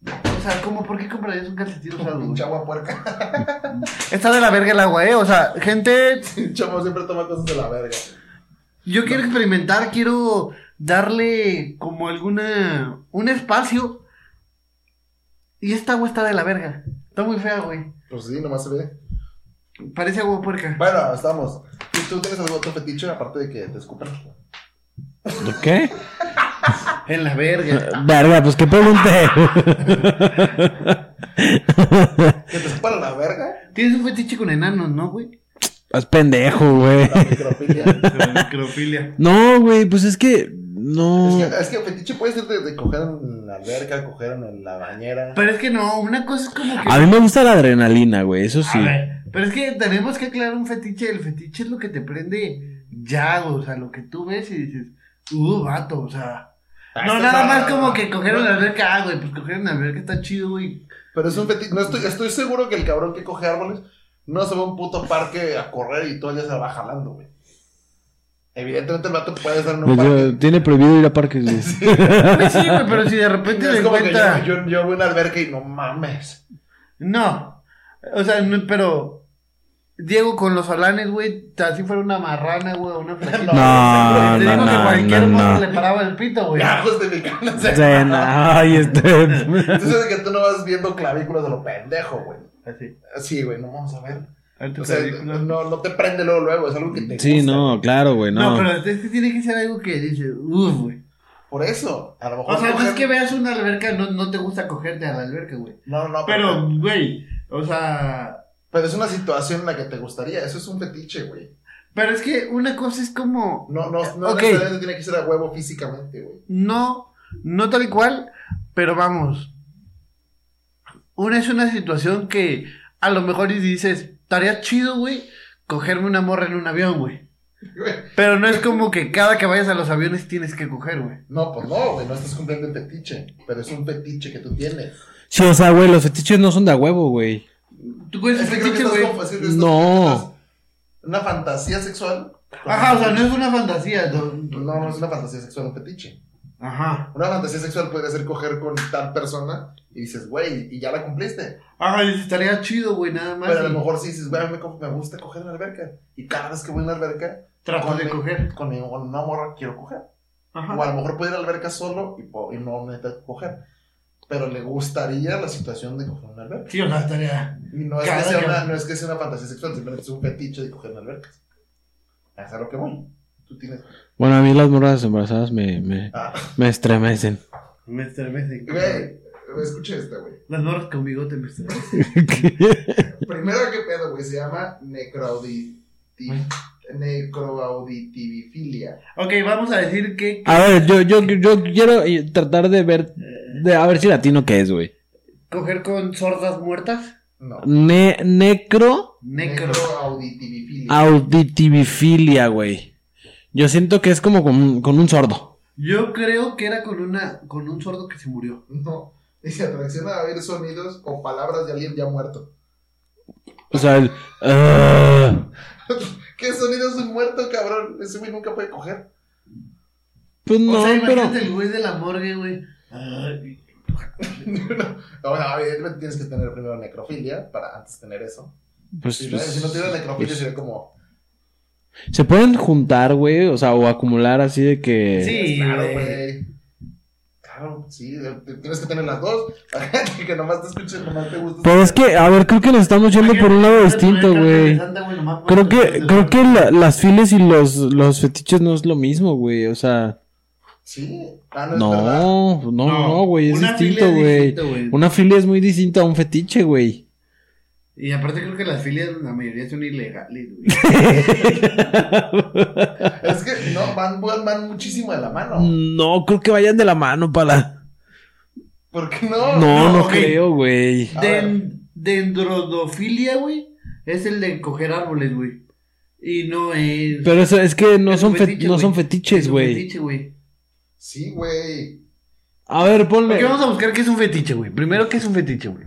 Speaker 2: O sea, ¿cómo? ¿Por qué comprarías un calcetín usado, güey?
Speaker 5: pinche agua puerca. <laughs>
Speaker 2: Está de la verga el agua, ¿eh? O sea, gente,
Speaker 5: El chavo siempre toma cosas de la verga.
Speaker 2: yo quiero experimentar, quiero darle como alguna. un espacio. Y esta agua está de la verga. Está muy fea, güey.
Speaker 5: Pues sí, nomás se ve.
Speaker 2: Parece agua puerca.
Speaker 5: Bueno, estamos. ¿Y tú tienes algún otro fetiche aparte de que te escupan?
Speaker 4: ¿Qué?
Speaker 2: En la verga.
Speaker 4: <laughs> Verga, pues qué pregunté.
Speaker 5: ¿Que te escupan a la verga?
Speaker 2: Tienes un fetiche con enanos, ¿no, güey?
Speaker 4: Es pendejo, güey.
Speaker 5: La microfilia.
Speaker 2: Microfilia.
Speaker 4: No, güey, pues es que no.
Speaker 5: Es que, es que fetiche puede ser de, de coger en la verga, coger en la bañera.
Speaker 2: Pero es que no, una cosa es como que.
Speaker 4: A mí me gusta la adrenalina, güey, eso sí.
Speaker 2: A ver, pero es que tenemos que aclarar un fetiche. El fetiche es lo que te prende ya, o sea, lo que tú ves y dices, uh, vato, o sea.
Speaker 5: Ah,
Speaker 2: No,
Speaker 5: este
Speaker 2: nada
Speaker 5: no,
Speaker 2: más
Speaker 5: no,
Speaker 2: como
Speaker 5: no.
Speaker 2: que cogieron la alberca, ah, güey, pues cogieron la alberca está chido,
Speaker 5: <laughs>
Speaker 2: güey.
Speaker 5: Pero es un fetiche. No estoy, estoy seguro que el cabrón que coge árboles no se va a un puto parque a correr y todo el día se la va jalando, güey. Evidentemente el vato puede estar en un
Speaker 4: Pues,
Speaker 5: parque.
Speaker 4: eh, tiene prohibido ir a parques, güey.
Speaker 2: Pues sí, güey, pero si de repente
Speaker 5: Es
Speaker 2: le
Speaker 5: como que
Speaker 2: cuenta.
Speaker 5: yo, yo, yo veo una alberca y no mames.
Speaker 2: No. O sea, no, pero. Diego con los solanes, güey, así fuera una marrana, güey,
Speaker 5: <laughs>
Speaker 2: una flaquita. <laughs>
Speaker 4: No,
Speaker 2: Te
Speaker 4: no,
Speaker 2: digo que
Speaker 4: no,
Speaker 2: cualquier
Speaker 4: no,
Speaker 2: morro
Speaker 4: no.
Speaker 2: le paraba el pito, güey.
Speaker 5: Ya <laughs> justificándose.
Speaker 4: O sea, no, ay,
Speaker 2: <laughs>
Speaker 4: este.
Speaker 5: Entonces de que tú no vas viendo clavículas de lo pendejo, güey.
Speaker 2: Así.
Speaker 5: Sí, güey, no vamos a ver.
Speaker 2: Ahorita
Speaker 5: O sea,
Speaker 2: te digo, no.
Speaker 5: no, no te prende luego, luego, es algo que te
Speaker 4: Sí,
Speaker 5: gusta.
Speaker 4: no, claro, güey,
Speaker 2: No,
Speaker 4: no.
Speaker 2: pero este tiene que ser algo que dice, uff, güey.
Speaker 5: Por eso, a lo mejor.
Speaker 2: O sea, no
Speaker 5: coger-
Speaker 2: es que veas una alberca, no, no te gusta cogerte a la alberca, güey.
Speaker 5: No, no,
Speaker 2: Pero, güey, o sea.
Speaker 5: Pero es una situación en la que te gustaría. Eso es un fetiche, güey.
Speaker 2: Pero es que una cosa es como.
Speaker 5: No, no, no
Speaker 2: Ok.
Speaker 5: necesariamente tiene que ser a huevo físicamente, güey.
Speaker 2: No, no tal y cual, pero vamos. Una es una situación que a lo mejor y dices, estaría chido, güey, cogerme una morra en un avión,
Speaker 5: <laughs>
Speaker 2: güey. Pero no es como que cada que vayas a los aviones tienes que coger, güey.
Speaker 5: No, pues no, güey, no estás cumpliendo el fetiche. Pero es un fetiche que tú tienes.
Speaker 4: Sí, o sea, güey, los fetiches no son de a huevo, güey.
Speaker 2: Tú güey,
Speaker 5: Es que creo que
Speaker 2: fetiche,
Speaker 5: estás
Speaker 2: güey.
Speaker 5: confundiendo.
Speaker 4: No.
Speaker 5: Una fantasía sexual.
Speaker 2: Ajá, o sea, no es una fantasía. no-
Speaker 5: No, no es una fantasía sexual, un fetiche.
Speaker 2: Ajá.
Speaker 5: Una fantasía sexual puede ser coger con tal persona y dices, güey, y ya la cumpliste.
Speaker 2: Ajá, dices, estaría chido, güey, nada más.
Speaker 5: Pero a lo
Speaker 2: y
Speaker 5: mejor sí dices, güey, a mí me, co- me gusta coger en la alberca. Y cada vez que voy a la alberca,
Speaker 2: Trato de
Speaker 5: con-
Speaker 2: coger.
Speaker 5: con mi- con una morra quiero coger.
Speaker 2: Ajá.
Speaker 5: O a lo mejor puede ir a la alberca solo y, po- y no necesita coger. Pero le gustaría la situación de coger una alberca.
Speaker 2: Sí, o sea, estaría.
Speaker 5: Y no es, que
Speaker 2: Cada
Speaker 5: sea
Speaker 2: que-
Speaker 5: una, no es que sea una fantasía sexual, simplemente es un fetiche de coger en albercas. Es a lo que voy. Tú tienes.
Speaker 4: Bueno, a mí las morras embarazadas me, me,
Speaker 5: Ah,
Speaker 4: me estremecen. <laughs>
Speaker 2: Me estremece.
Speaker 5: güey, escucha esta, güey.
Speaker 2: Las morras con bigote me estremecen.
Speaker 5: Primero, ¿qué pedo, güey? Se llama necroauditiva. Necroauditivifilia.
Speaker 2: Ok, vamos a decir que.
Speaker 4: A ver, yo, yo, yo quiero eh, tratar de ver. De, a ver si latino qué es, güey.
Speaker 2: ¿Coger con sordas muertas?
Speaker 5: No.
Speaker 4: Ne- necro
Speaker 2: Necro. Ah,
Speaker 5: Necroauditivifilia.
Speaker 4: auditivifilia, güey. Yo siento que es como con, con un sordo.
Speaker 2: Yo creo que era con una con un sordo que se murió.
Speaker 5: No. Dice atracción a oír sonidos o palabras de alguien ya muerto.
Speaker 4: O sea, el, ah,
Speaker 5: ¿Qué sonido es un muerto, cabrón? Ese güey nunca puede coger. <laughs>
Speaker 4: pues no,
Speaker 2: o sea,
Speaker 4: pero.
Speaker 2: imagínate el güey de la morgue, güey. Ay,
Speaker 5: No, bueno, evidentemente tienes que tener primero necrofilia para antes tener eso.
Speaker 4: pues,
Speaker 5: Si no,
Speaker 4: pues,
Speaker 5: si no tienes necrofilia
Speaker 4: pues,
Speaker 5: sería como...
Speaker 4: Se pueden juntar, güey. O sea, o acumular así de que.
Speaker 2: Sí,
Speaker 5: Claro,
Speaker 2: güey.
Speaker 5: güey. Claro, sí. eh, Tienes que tener las dos. <laughs> que nomás te escuchen, nomás te guste.
Speaker 4: Pero es que, a ver, creo que nos estamos yendo por un lado distinto, güey. Creo que, creo que la- las files y los, los fetiches no es lo mismo, güey. O sea,
Speaker 5: Sí. Ah, no, es verdad.
Speaker 4: no, no, no, güey, es
Speaker 2: una
Speaker 4: distinto,
Speaker 2: filia es
Speaker 4: güey.
Speaker 2: distinto, güey.
Speaker 4: Una filia es muy distinta a un fetiche, güey.
Speaker 2: Y aparte creo que las filias, la mayoría son ilegales, güey.
Speaker 4: <laughs>
Speaker 5: Es que no, van, van, van muchísimo de la mano.
Speaker 4: No, creo que vayan de la mano para.
Speaker 5: ¿Por qué no?
Speaker 4: No, no
Speaker 2: ok.
Speaker 4: creo, güey.
Speaker 5: A ver.
Speaker 2: Den, dendrodofilia, güey, es el de coger árboles, güey. Y no es...
Speaker 4: Pero eso es que no
Speaker 2: es
Speaker 4: son,
Speaker 2: un
Speaker 4: fe-
Speaker 2: fetiche,
Speaker 4: no
Speaker 2: güey.
Speaker 4: son
Speaker 2: es
Speaker 4: fetiches,
Speaker 2: un
Speaker 4: güey.
Speaker 2: fetiche, güey.
Speaker 5: Sí, güey.
Speaker 4: A ver, ponle.
Speaker 2: Ok, vamos a buscar qué es un fetiche, güey. Primero, ¿qué es un fetiche, güey?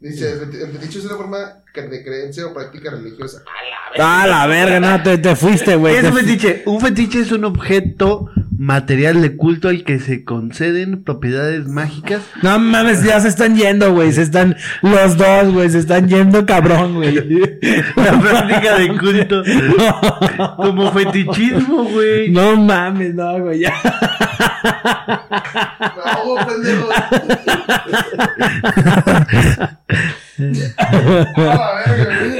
Speaker 5: Dice, el feti- el fetiche es una forma que- de creencia o práctica religiosa. <laughs>
Speaker 4: Ah, la verga, no, te, te fuiste, güey.
Speaker 2: ¿Qué es
Speaker 4: te
Speaker 2: un
Speaker 4: fu-
Speaker 2: fetiche? Un fetiche es un objeto material de culto al que se conceden propiedades mágicas. <laughs>
Speaker 4: No mames, ya se están yendo, güey. Se están. Los dos, güey, se están yendo, cabrón, güey. <laughs>
Speaker 2: La práctica de culto. Como fetichismo, güey.
Speaker 4: No mames, no, güey, ya.
Speaker 5: ¡Ah, No, pendejo. <laughs> A ¡Ah, la verga, güey.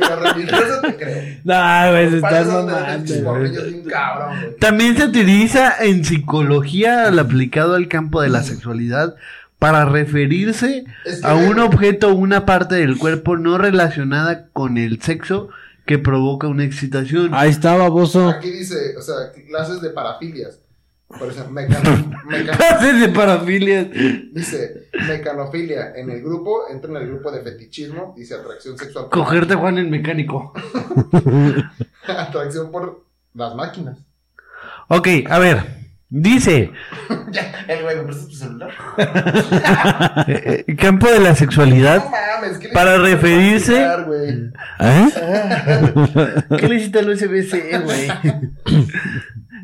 Speaker 5: La religiosa te creo.
Speaker 4: No, güey, se están
Speaker 5: Para eso te dejan
Speaker 4: mamando. güey.
Speaker 5: chismorrillos bien cabrón, güey.
Speaker 2: También se utiliza en psicología al aplicado al campo de la sexualidad para referirse
Speaker 5: Es que-
Speaker 2: a un objeto o una parte del cuerpo no relacionada con el sexo que provoca una excitación.
Speaker 4: Ahí está, baboso.
Speaker 5: Aquí dice, o sea, clases de parafilias. Por ejemplo, mecano,
Speaker 4: <laughs>
Speaker 5: mecano-
Speaker 2: Clases de parafilias.
Speaker 5: dice mecanofilia en el grupo, entra en el grupo de fetichismo, dice atracción sexual. por-
Speaker 2: Cogerte Juan el mecánico.
Speaker 5: <laughs> atracción por las máquinas.
Speaker 2: Ok, a ver. Dice,
Speaker 5: Ya, el güey, ¿me prestas tu celular?
Speaker 2: eh, eh, campo de la
Speaker 5: No
Speaker 2: sexualidad.
Speaker 5: mames, ¿qué le
Speaker 2: Para
Speaker 5: hiciste
Speaker 2: referirse-
Speaker 5: celular, güey?
Speaker 4: ¿Eh?
Speaker 2: ¿Qué le hiciste al USB-C, güey?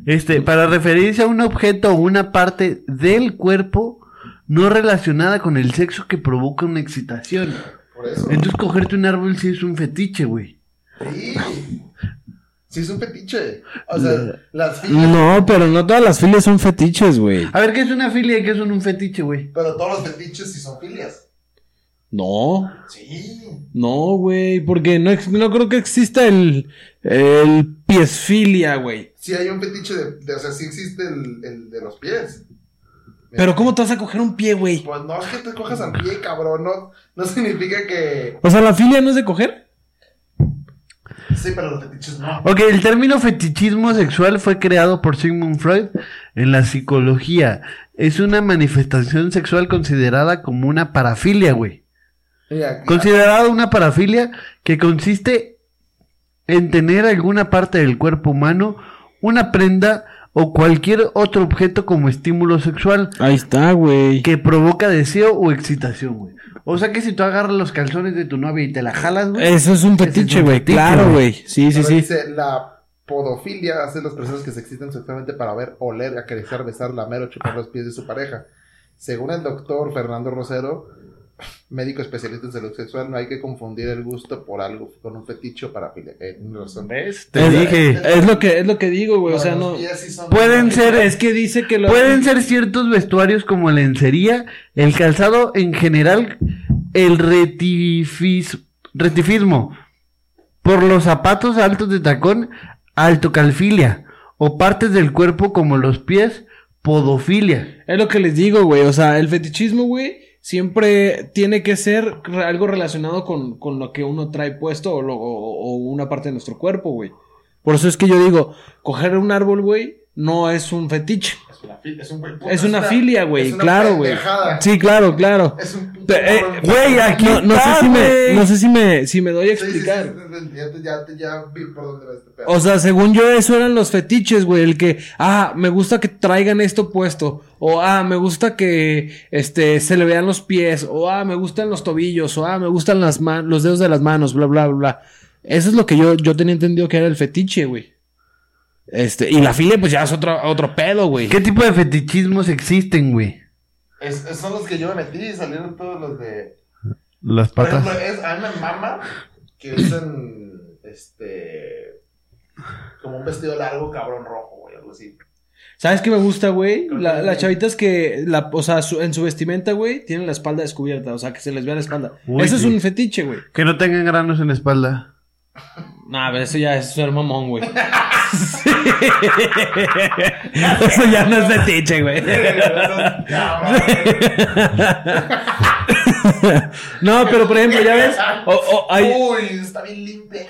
Speaker 2: Este, para referirse a un objeto o una parte del cuerpo no relacionada con el sexo que provoca una excitación.
Speaker 5: Por eso.
Speaker 2: Entonces, cogerte un árbol sí es un fetiche, güey.
Speaker 5: Sí. Sí, es un fetiche. O sea, las filias,
Speaker 4: No, pero no todas las filias son fetiches, güey.
Speaker 2: A ver, ¿qué es una filia y qué es un, un fetiche, güey?
Speaker 5: pero todos los fetiches sí son filias.
Speaker 4: No,
Speaker 5: Sí.
Speaker 4: no, güey, porque no, ex- no creo que exista el, el piesfilia, güey.
Speaker 5: Sí hay un fetiche de, de- o sea, sí existe el, el de los pies.
Speaker 4: Pero ¿cómo te vas a coger un pie, güey?
Speaker 5: Pues no es que te cojas al pie, cabrón. No, no significa que.
Speaker 4: O sea, la filia no es de coger.
Speaker 5: Sí, pero los fetiches no.
Speaker 2: Ok, el término fetichismo sexual fue creado por Sigmund Freud en la psicología. Es una manifestación sexual considerada como una parafilia, güey.
Speaker 5: Mira,
Speaker 2: Considerada una parafilia que consiste en tener alguna parte del cuerpo humano, una prenda o cualquier otro objeto como estímulo sexual
Speaker 4: Ahí está, güey.
Speaker 2: que provoca deseo o excitación, güey. O sea que si tú agarras los calzones de tu novia y te la jalas, güey.
Speaker 4: Eso es un
Speaker 2: Ese es
Speaker 4: fetiche,
Speaker 2: un
Speaker 4: güey.
Speaker 2: fetiche,
Speaker 4: Claro,
Speaker 2: güey.
Speaker 4: güey. Sí, sí,
Speaker 5: Ahora
Speaker 4: sí.
Speaker 5: Dice, la podofilia hace las personas que se excitan sexualmente para ver, oler, acariciar, besar, lamer o chupar los pies de su pareja. Según el doctor Fernando Rosero, médico especialista en salud sexual, no hay que confundir el gusto por algo con un fetiche o parafilia. Eh, no lo son.
Speaker 2: Te
Speaker 4: es,
Speaker 2: dije.
Speaker 4: Es lo que, es lo que digo, güey. O sea,
Speaker 5: Bueno,
Speaker 4: no.
Speaker 5: y así son-
Speaker 2: Pueden ser,
Speaker 4: Es que dice que lo.
Speaker 2: pueden ser ciertos vestuarios como lencería, el calzado en general, el retifis- retifismo, por los zapatos altos de tacón, altocalfilia, o partes del cuerpo como los pies, podofilia.
Speaker 4: Es lo que les digo, güey. O sea, el fetichismo, güey, siempre tiene que ser re- algo relacionado con, con lo que uno trae puesto o, lo- o- o una parte de nuestro cuerpo, güey. Por eso es que yo digo, coger un árbol, güey, no es un fetiche.
Speaker 5: Es una, fil- es un güey puto,
Speaker 4: Es una filia, güey,
Speaker 5: es una
Speaker 4: claro, güey.
Speaker 5: pendejada.
Speaker 4: Sí, claro, claro.
Speaker 5: Es un puto
Speaker 4: Te- eh,
Speaker 5: árbol.
Speaker 4: Güey, aquí no, no sé
Speaker 2: está,
Speaker 4: si me,
Speaker 2: güey.
Speaker 4: no sé si me, si me doy a
Speaker 5: Sí, sí, sí,
Speaker 4: explicar.
Speaker 5: sí, sí, ya te- ya te- ya vi por dónde va este pedo.
Speaker 4: O sea, según yo, eso eran los fetiches, güey. El que, ah, me gusta que traigan esto puesto. O, ah, me gusta que, este, se le vean los pies. O, ah, me gustan los tobillos. O, ah, me gustan las man- los dedos de las manos, bla, bla, bla. Eso es lo que yo, yo tenía entendido que era el fetiche, güey. Este, y la file, pues ya es otro, otro pedo, güey.
Speaker 2: ¿Qué tipo de fetichismos existen, güey?
Speaker 5: Es- es- son los que yo me metí y salieron todos los de.
Speaker 2: Las
Speaker 5: Por
Speaker 2: patas.
Speaker 5: ejemplo, es a mí me mama que usan este. Como un vestido largo, cabrón rojo, güey, algo
Speaker 2: <laughs>
Speaker 5: así.
Speaker 4: ¿Sabes qué me gusta, güey?
Speaker 5: Creo
Speaker 4: La-
Speaker 5: que-
Speaker 4: las chavitas que, la, o sea, su- en su vestimenta, güey, tienen la espalda descubierta. O sea, que se les vea la espalda.
Speaker 2: Uy,
Speaker 4: eso es
Speaker 2: sí.
Speaker 4: un fetiche, güey.
Speaker 2: Que no tengan granos en la espalda.
Speaker 4: Nah, pero eso ya es ser mamón, güey. Sí. <laughs> Eso ya no es fetiche, güey. No, pero por ejemplo, ya ves. O, o, hay-
Speaker 5: Uy, está bien limpia.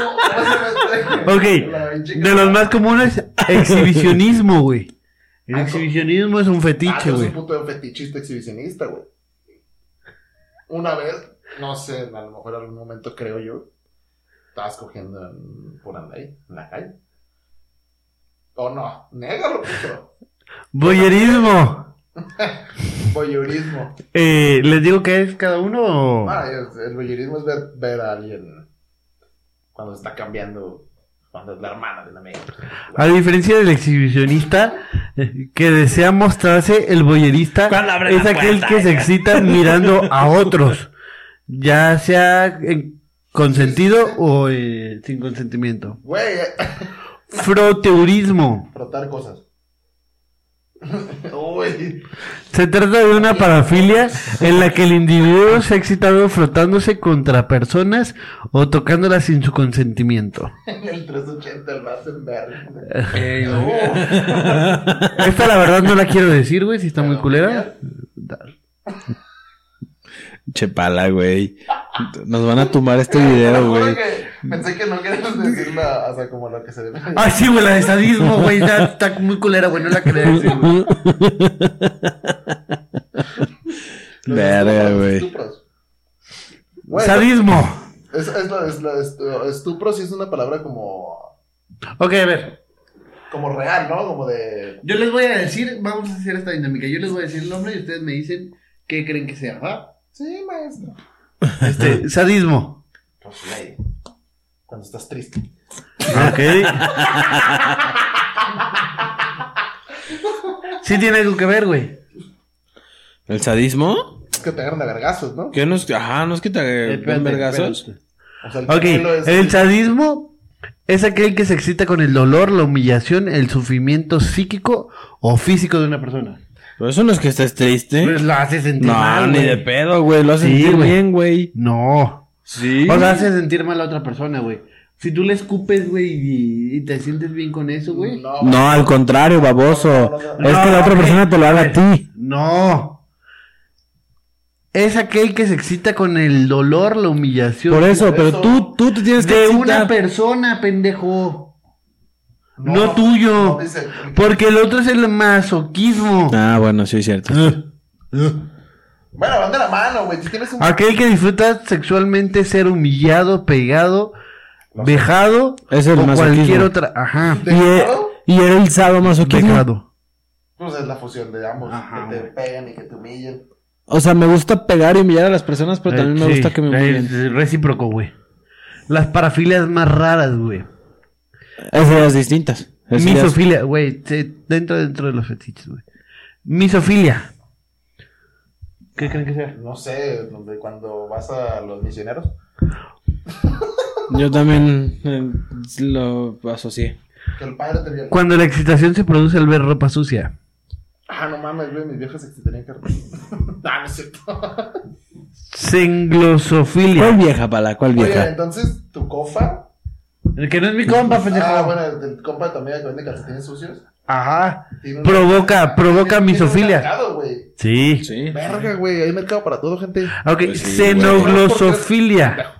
Speaker 5: No, ¿cómo se llama este?
Speaker 2: Ok,
Speaker 5: La pinche
Speaker 2: de los más
Speaker 5: <laughs>
Speaker 2: comunes, exhibicionismo, güey. El exhibicionismo es un
Speaker 5: Ah,
Speaker 2: fetiche,
Speaker 5: tú eres un
Speaker 2: güey.
Speaker 5: puto fetichista exhibicionista, güey. Una vez, no sé, a lo mejor en algún momento creo yo, estabas cogiendo en- por andai, en la calle. O no, négalo, puto.
Speaker 2: Boyerismo.
Speaker 5: Voyeurismo.
Speaker 2: Eh, ¿Les digo qué es cada uno o...?
Speaker 4: Oh.
Speaker 5: Ah, es- el voyeurismo es ver, ver a alguien cuando se está cambiando, cuando es la hermana de la amiga.
Speaker 2: A diferencia del exhibicionista eh, que desea mostrarse, el boyerista
Speaker 4: Cuando abre
Speaker 2: es
Speaker 4: la
Speaker 2: aquel
Speaker 4: puerta,
Speaker 2: que se
Speaker 4: ya.
Speaker 2: excita mirando a otros, ya sea en- con sentido o eh, sin consentimiento.
Speaker 5: Güey,
Speaker 2: Froteurismo.
Speaker 5: frotar cosas. <laughs> Uy,
Speaker 2: Se trata de una parafilia en la que el individuo se ha excitado frotándose contra personas o tocándolas sin su consentimiento.
Speaker 5: en el 380 el Ratzenberg.
Speaker 2: <laughs> Esta la verdad no la quiero decir, güey, si está muy culera.
Speaker 4: Chepala, güey. Nos van a tumbar este
Speaker 5: Te <laughs>
Speaker 4: video,
Speaker 5: lo juro
Speaker 4: güey.
Speaker 5: que Pensé que no querías decirla, o sea, como lo que se debe.
Speaker 2: Ay, sí, güey, la de sadismo, güey, está, está muy culera, güey, no la quería decir, güey.
Speaker 5: Los
Speaker 4: Verga, güey.
Speaker 5: Estupros. Güey,
Speaker 2: Sadismo.
Speaker 5: es, es la, es la- estu- estupro sí es una palabra como,
Speaker 2: Ok, a ver.
Speaker 5: como real, ¿no? Como de...
Speaker 2: Yo les voy a decir, vamos a hacer esta dinámica. Yo les voy a decir el nombre y ustedes me dicen qué creen que sea, ¿va?
Speaker 5: Sí, maestro.
Speaker 2: Este, sadismo.
Speaker 5: Pues, güey, cuando estás triste.
Speaker 2: Ok. sí tiene algo que ver, güey.
Speaker 4: ¿El sadismo?
Speaker 5: Es que te agarran a vergazos, ¿no?
Speaker 4: ¿Qué no es, ajá, no es que te
Speaker 2: Espérate,
Speaker 4: den vergazos?
Speaker 2: espérate. este-
Speaker 5: O sea, el
Speaker 2: Ok,
Speaker 5: primero es-
Speaker 2: el sadismo es aquel que se excita con el dolor, la humillación, el sufrimiento psíquico o físico de una persona.
Speaker 4: Pero eso no es que estés triste.
Speaker 2: Pues lo hace sentir
Speaker 4: No,
Speaker 2: mal,
Speaker 4: ni
Speaker 2: güey.
Speaker 4: de pedo, güey. Lo haces
Speaker 2: Sí,
Speaker 4: sentir
Speaker 2: güey.
Speaker 4: bien, güey.
Speaker 2: No.
Speaker 4: Sí.
Speaker 2: O sea, hace sentir mal a otra persona, güey. Si tú le escupes, güey, y, y te sientes bien con eso, güey.
Speaker 5: No,
Speaker 4: No, al contrario, baboso. Es que la otra persona te lo haga a ti.
Speaker 2: No. Es aquel que se excita con el dolor, la humillación.
Speaker 4: Por eso,
Speaker 5: por
Speaker 4: pero
Speaker 5: eso.
Speaker 4: tú, tú te tienes que
Speaker 2: de
Speaker 4: excitar.
Speaker 2: una persona, pendejo. No, tuyo.
Speaker 5: no dice,
Speaker 2: Porque el otro es el masoquismo.
Speaker 4: Ah, bueno, sí es cierto.
Speaker 5: Bueno, van de la mano, güey. Si tienes un...
Speaker 2: Aquel que disfruta sexualmente ser humillado, pegado, vejado
Speaker 4: Es el
Speaker 2: o
Speaker 4: masoquismo.
Speaker 2: cualquier otra. Ajá.
Speaker 4: Y, e- y era el sadomasoquismo.
Speaker 2: Vejado.
Speaker 5: Pues es la fusión de ambos.
Speaker 2: Ajá,
Speaker 5: que te
Speaker 2: güey.
Speaker 5: pegan y que te humillen.
Speaker 4: O sea, me gusta pegar y humillar a las personas, pero también
Speaker 2: Eh,
Speaker 4: me
Speaker 2: sí,
Speaker 4: gusta que me humillen.
Speaker 2: es Recíproco, güey. Las parafilias más raras, güey.
Speaker 4: Esas ideas distintas. Esas ideas-
Speaker 2: Misofilia, güey. se- Dentro, dentro de los fetiches, güey. Misofilia. ¿Qué creen que sea?
Speaker 5: No sé, donde cuando vas a los misioneros.
Speaker 4: Yo también eh, lo asocié.
Speaker 5: Que el padre te viola.
Speaker 2: Cuando la excitación se produce al ver ropa sucia.
Speaker 5: Ah, no mames, güey, mis viejas se tenían que. <laughs> ah, no es cierto.
Speaker 2: Senglosofilia.
Speaker 4: ¿Cuál vieja, Pala? ¿Cuál
Speaker 5: Oye,
Speaker 4: vieja?
Speaker 5: entonces, tu cofa
Speaker 2: El que no es mi compa, pendejo.
Speaker 5: Ah, bueno, el, el compa también que vende calcetines sucios.
Speaker 2: Ajá.
Speaker 5: Tiene una-
Speaker 2: Provoca, provoca
Speaker 5: tiene- tiene un
Speaker 2: misofilia.
Speaker 5: mercado, güey.
Speaker 2: Sí.
Speaker 4: Sí.
Speaker 7: Verga, güey, hay mercado para todo, gente.
Speaker 2: Ok,
Speaker 4: Pues sí,
Speaker 2: xenoglosofilia.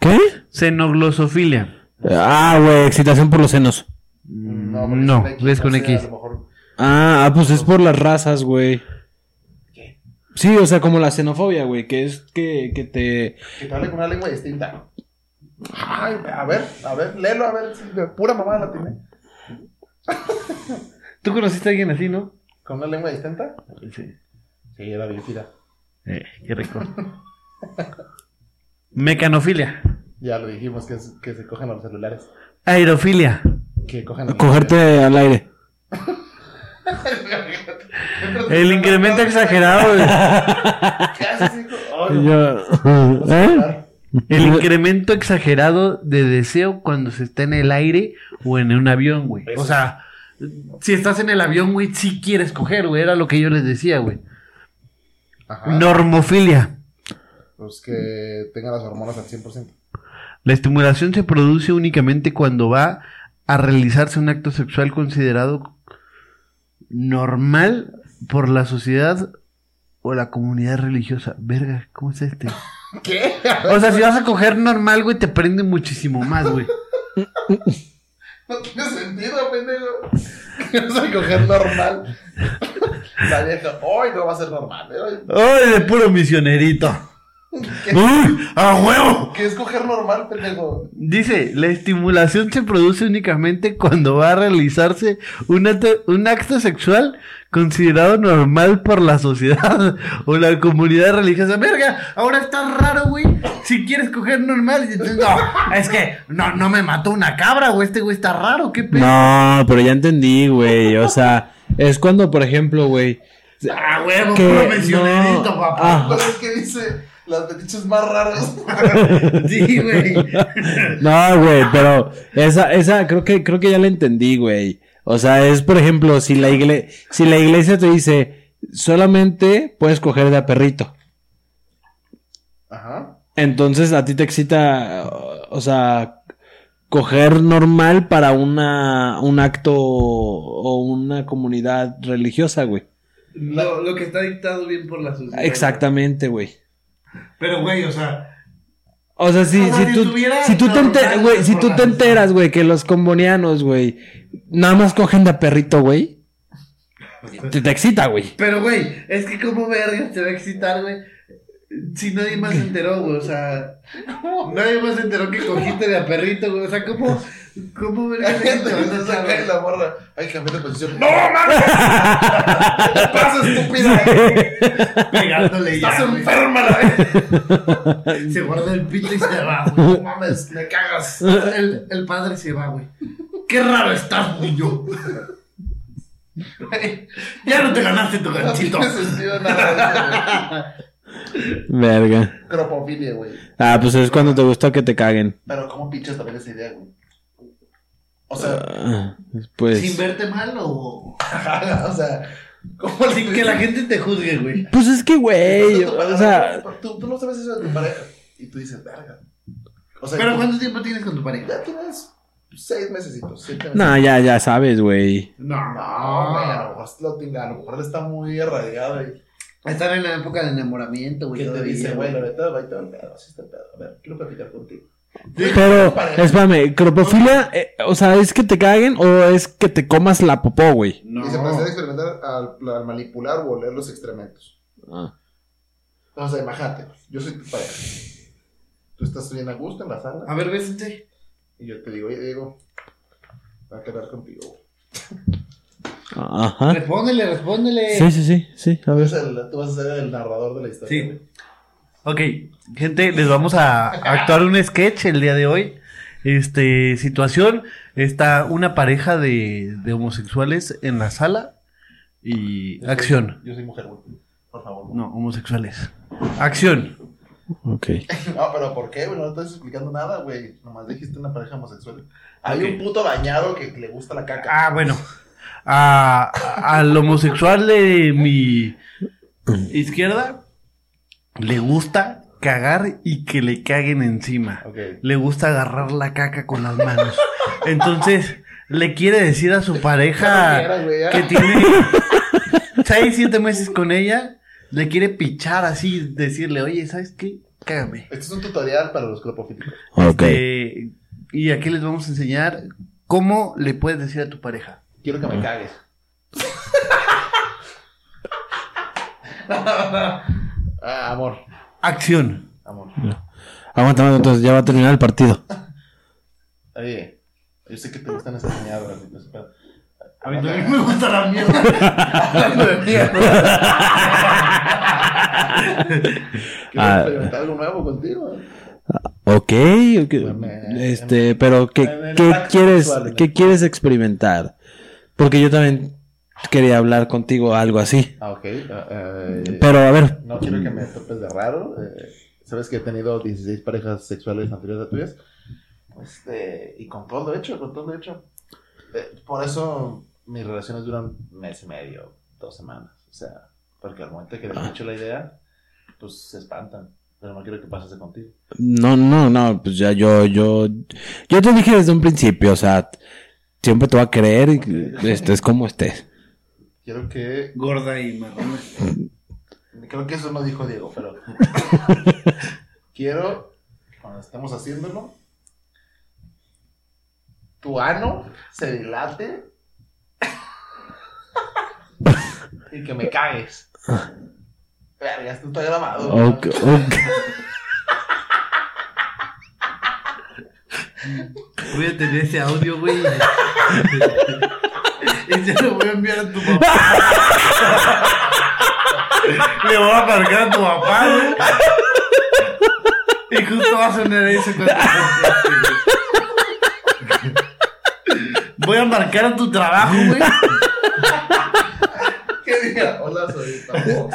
Speaker 4: ¿Qué?
Speaker 2: Xenoglosofilia.
Speaker 4: Ah, güey, excitación por los senos.
Speaker 5: No, porque
Speaker 2: Mm, No,
Speaker 5: es
Speaker 2: es con
Speaker 5: no sé,
Speaker 2: X.
Speaker 5: A lo mejor.
Speaker 4: Ah, ah, pues es por las razas, güey. Sí, o sea, como la xenofobia, güey, que es que, que te...
Speaker 5: Que te hable con una lengua distinta. Ay, a ver, a ver, léelo, a ver. si de Pura mamada la tiene.
Speaker 2: ¿Tú conociste a alguien así, no?
Speaker 5: ¿Con una lengua distinta?
Speaker 2: Sí.
Speaker 5: Sí, era bien tira.
Speaker 2: Eh, qué rico. Mecanofilia.
Speaker 5: Ya lo dijimos, que, es- que se cogen a los celulares.
Speaker 2: Aerofilia.
Speaker 5: Que cogen a los
Speaker 4: Cogerte al aire.
Speaker 5: <laughs>
Speaker 2: El incremento exagerado. de-
Speaker 5: Casi, hijo. Ay, no.
Speaker 4: Yo... <laughs> ¿Eh?
Speaker 2: El incremento exagerado de deseo cuando se está en el aire o en un avión, güey. O sea, si estás en el avión, güey, sí quieres coger, güey. Era lo que yo les decía, güey.
Speaker 5: Ah.
Speaker 7: Ajá.
Speaker 2: Normofilia.
Speaker 7: Pues que tenga las hormonas al 100%.
Speaker 2: La estimulación se produce únicamente cuando va a realizarse un acto sexual considerado normal por la sociedad o la comunidad religiosa. Verga, ¿cómo es <laughs> este?
Speaker 7: ¿Qué?
Speaker 2: O sea, si vas a coger normal, güey, te prende muchísimo más, güey.
Speaker 7: No tiene sentido, pendejo.
Speaker 5: <laughs>
Speaker 7: Que no soy coger normal.
Speaker 5: La vieja, hoy no va a ser normal. ¿eh?
Speaker 2: <laughs> ¡Ay, de puro misionerito! <laughs> ¡Uy, a huevo!
Speaker 5: ¿Qué es coger normal, pendejo?
Speaker 2: Dice, la estimulación se produce únicamente cuando va a realizarse un acto, un acto sexual considerado normal por la sociedad <laughs> o la comunidad religiosa. Verga, ahora está raro, güey. Si quieres coger normal, y dices, no, es que no, no me mató una cabra, güey. Este güey está raro, qué pedo.
Speaker 4: No, pero ya entendí, güey. O sea, es cuando, por ejemplo, güey...
Speaker 2: Ah, huevo,
Speaker 4: que
Speaker 2: puro misionerito,
Speaker 4: no-
Speaker 2: papá.
Speaker 4: Ah.
Speaker 5: Pero es que dice las petiches más raras.
Speaker 2: <laughs> Sí,
Speaker 4: <laughs>
Speaker 2: güey.
Speaker 4: No, güey, pero esa, esa, creo que, creo que ya la entendí, güey. O sea, es por ejemplo, si la iglesia, si la iglesia te dice, solamente puedes coger de a perrito.
Speaker 5: Ajá.
Speaker 4: Entonces a ti te excita, o sea, coger normal para una, un acto o una comunidad religiosa, güey.
Speaker 2: Lo, lo que está dictado bien por la sociedad.
Speaker 4: Exactamente, güey.
Speaker 2: Pero, güey, o sea,
Speaker 4: O sea, si,
Speaker 2: O sea,
Speaker 4: si
Speaker 2: si
Speaker 4: tú,
Speaker 2: estuviera
Speaker 4: si tú te,
Speaker 2: normal,
Speaker 4: enter- güey, si
Speaker 2: por
Speaker 4: tú
Speaker 2: la
Speaker 4: te
Speaker 2: sociedad.
Speaker 4: enteras, güey, que los combonianos, güey, nada más cogen de a perrito, güey, te, te excita, güey.
Speaker 2: Pero, güey, es que como vergas te va a excitar, güey. Si nadie más se enteró, güey, o sea... Nadie más se enteró que cogiste de a perrito, güey. O sea, ¿cómo, cómo vergas te va a
Speaker 5: Entonces
Speaker 2: excitar,
Speaker 5: acá
Speaker 2: güey?
Speaker 5: en la morra, ay, cambié de posición. ¡No, <laughs> mames! ¿Qué te pasa, <laughs> estúpida?
Speaker 2: Pegándole
Speaker 5: Estás
Speaker 2: ya, güey.
Speaker 5: enferma, la vez.
Speaker 2: Se guarda el pito y se va, güey.
Speaker 5: No mames, me cagas.
Speaker 2: El, el padre se va, güey. Qué raro estás, niño. ya no te ganaste tu
Speaker 5: No
Speaker 2: ganchito.
Speaker 5: tiene sentido nada.
Speaker 4: Verga.
Speaker 5: güey. Cropofilia, güey.
Speaker 4: Ah, pues es cuando te gusta que te caguen.
Speaker 5: Pero ¿cómo pinches también esa idea, güey? O <laughs> sea,
Speaker 4: Ah, Pues.
Speaker 2: Sin verte mal o...
Speaker 5: o sea, ¿cómo le
Speaker 2: Sin que la gente te juzgue, güey.
Speaker 4: Pues es que, güey,
Speaker 5: Entonces, tu
Speaker 4: o
Speaker 5: pareja,
Speaker 4: sea,
Speaker 5: tú, tú no sabes eso de tu pareja y tú dices, verga. O sea,
Speaker 2: Pero
Speaker 5: tú-
Speaker 2: ¿cuánto tiempo tienes con tu pareja?
Speaker 5: ya tienes seis mesecitos, siete meses.
Speaker 4: no, ya, ya sabes, güey.
Speaker 2: No,
Speaker 5: No, güey, a lo mejor lo tenga, a lo mejor está muy erradicado y
Speaker 2: Están en la época del enamoramiento, güey.
Speaker 5: que te
Speaker 2: todavía,
Speaker 5: dice,
Speaker 2: güey.
Speaker 5: güey, la neta, va y todo el pedo, así está el pedo. A ver, quiero platicar contigo.
Speaker 4: Pero, espérame, cropofilia, eh, o sea, ¿es que te caguen o es que te comas la popó, güey?
Speaker 7: Y se
Speaker 5: "Pues,
Speaker 7: puede experimentar al, al manipular o oler los excrementos.
Speaker 4: Ah.
Speaker 5: O sea, imagínate, yo soy tu pareja. Tú estás bien a gusto en la sala
Speaker 2: A ver, bésate.
Speaker 5: y yo te digo, oye, Diego, va a quedar contigo. güey".
Speaker 2: ¿Ah?
Speaker 4: Ajá.
Speaker 2: Respóndele, respóndele.
Speaker 4: Sí, sí, sí, sí, a
Speaker 5: Tú
Speaker 4: ver.
Speaker 5: eres el- tú vas a ser el narrador de la historia.
Speaker 2: Sí.
Speaker 5: güey.
Speaker 2: Ok, gente, les vamos a actuar un sketch el día de hoy. Este, situación, está una pareja de, de homosexuales en la sala y
Speaker 5: Yo soy-
Speaker 2: acción.
Speaker 5: Yo soy mujer, güey. Por favor. güey.
Speaker 2: No, homosexuales. Acción.
Speaker 4: Ok.
Speaker 5: No, pero ¿por qué, güey? No estás explicando nada, güey. Nomás dijiste una pareja homosexual. Hay
Speaker 2: Ok.
Speaker 5: un puto bañado que le gusta la caca.
Speaker 2: Ah, bueno. A- al homosexual de mi izquierda le gusta cagar y que le caguen encima.
Speaker 5: Ok.
Speaker 2: Le gusta agarrar la caca con las manos. Entonces, le quiere decir a su
Speaker 5: Ya no
Speaker 2: pareja
Speaker 5: quieras, güey, ya.
Speaker 2: que tiene 6, 7 meses con ella, le quiere pichar así, decirle, oye, ¿sabes qué? Cágame.
Speaker 5: Este es un tutorial para los clopofíticos.
Speaker 4: Ok.
Speaker 2: Eh, y aquí les vamos a enseñar cómo le puedes decir a tu pareja.
Speaker 5: Quiero que me cagues. Ah, amor,
Speaker 2: Acción.
Speaker 5: amor.
Speaker 4: Aguanta, aguanta, entonces ya va a terminar el partido.
Speaker 5: Oye, yo sé que te gustan esas mierdas. y todo eso, pero-
Speaker 2: A mí también me gusta la mierda.
Speaker 5: <laughs> Hablando de
Speaker 4: Ah.
Speaker 5: mierda. Quiero
Speaker 4: Ah.
Speaker 5: experimentar algo nuevo contigo. eh.
Speaker 4: <laughs> Ok, ok.
Speaker 5: me-
Speaker 4: este, pero ¿qué,
Speaker 5: me-
Speaker 4: qué
Speaker 5: me acto
Speaker 4: quieres,
Speaker 5: sexual,
Speaker 4: qué
Speaker 5: me-
Speaker 4: quieres experimentar? Porque yo también quería hablar contigo algo así.
Speaker 5: Ah, ok. ah, eh,
Speaker 4: Pero a ver,
Speaker 5: no quiero que me topes de raro. eh, Sabes que he tenido 16 parejas sexuales anteriores a tuyas. Este, y con todo hecho, con todo hecho. Eh, por eso mis relaciones duran mes y medio, dos semanas. O sea, porque al momento que les echo la idea, pues se espantan. Pero no quiero que pase contigo.
Speaker 4: no, no, no, pues ya yo, yo, yo te dije desde un principio, o sea, siempre te va a creer y estés como estés.
Speaker 5: Quiero que.
Speaker 2: Gorda y marrón.
Speaker 5: Creo que eso no dijo Diego,
Speaker 4: <laughs>
Speaker 5: pero. quiero, cuando estemos haciéndolo, tu ano se dilate y que me cagues. Verga, esto está grabado. ¿no?
Speaker 4: Ok, ok. <laughs>
Speaker 2: Voy a tener ese audio, güey. <laughs> Y se lo voy a enviar a tu papá. <laughs> Le voy a marcar a tu papá, güey. Y justo va a sonar eso cuando... Voy a marcar a tu trabajo, güey.
Speaker 5: <laughs> ¿Qué diga? Hola, soy Tambo.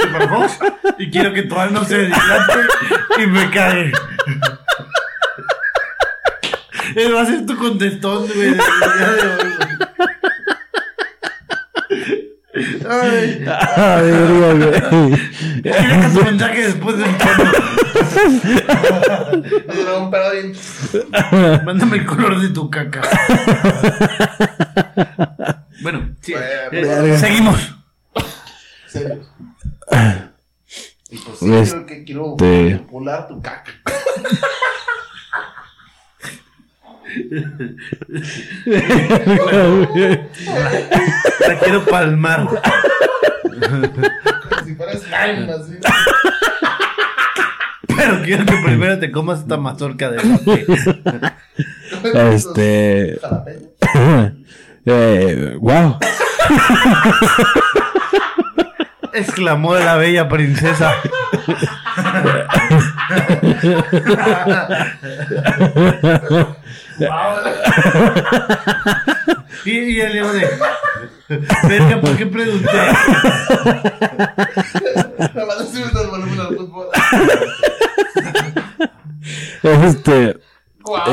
Speaker 2: Superbox, Y quiero que tu alma se dilate y me cague. Él va a ser tu contestón, güey. del día de hoy, güey. Ay,
Speaker 4: <laughs> Ay, verga, güey.
Speaker 2: deja tu mensaje después del tono.
Speaker 5: Me dio un pedo bien.
Speaker 2: Mándame el color de tu caca. Bueno, sí.
Speaker 5: Verga.
Speaker 2: Eh, seguimos.
Speaker 5: Serios. Y pues sí, quiero que quiero
Speaker 4: Este-
Speaker 5: manipular tu caca.
Speaker 2: La quiero palmar.
Speaker 5: Como si fueras slime, así.
Speaker 2: Pero quiero que primero te comas esta mazorca de bate.
Speaker 5: <laughs>
Speaker 4: Este, <laughs>
Speaker 5: Jalapeño.
Speaker 4: eh, wow.
Speaker 2: Exclamó la bella princesa. y, y el león de. Verga, ¿por qué pregunté?
Speaker 5: Me van a subir el volumen al fútbol.
Speaker 4: Este, <laughs>
Speaker 5: ¡Guau!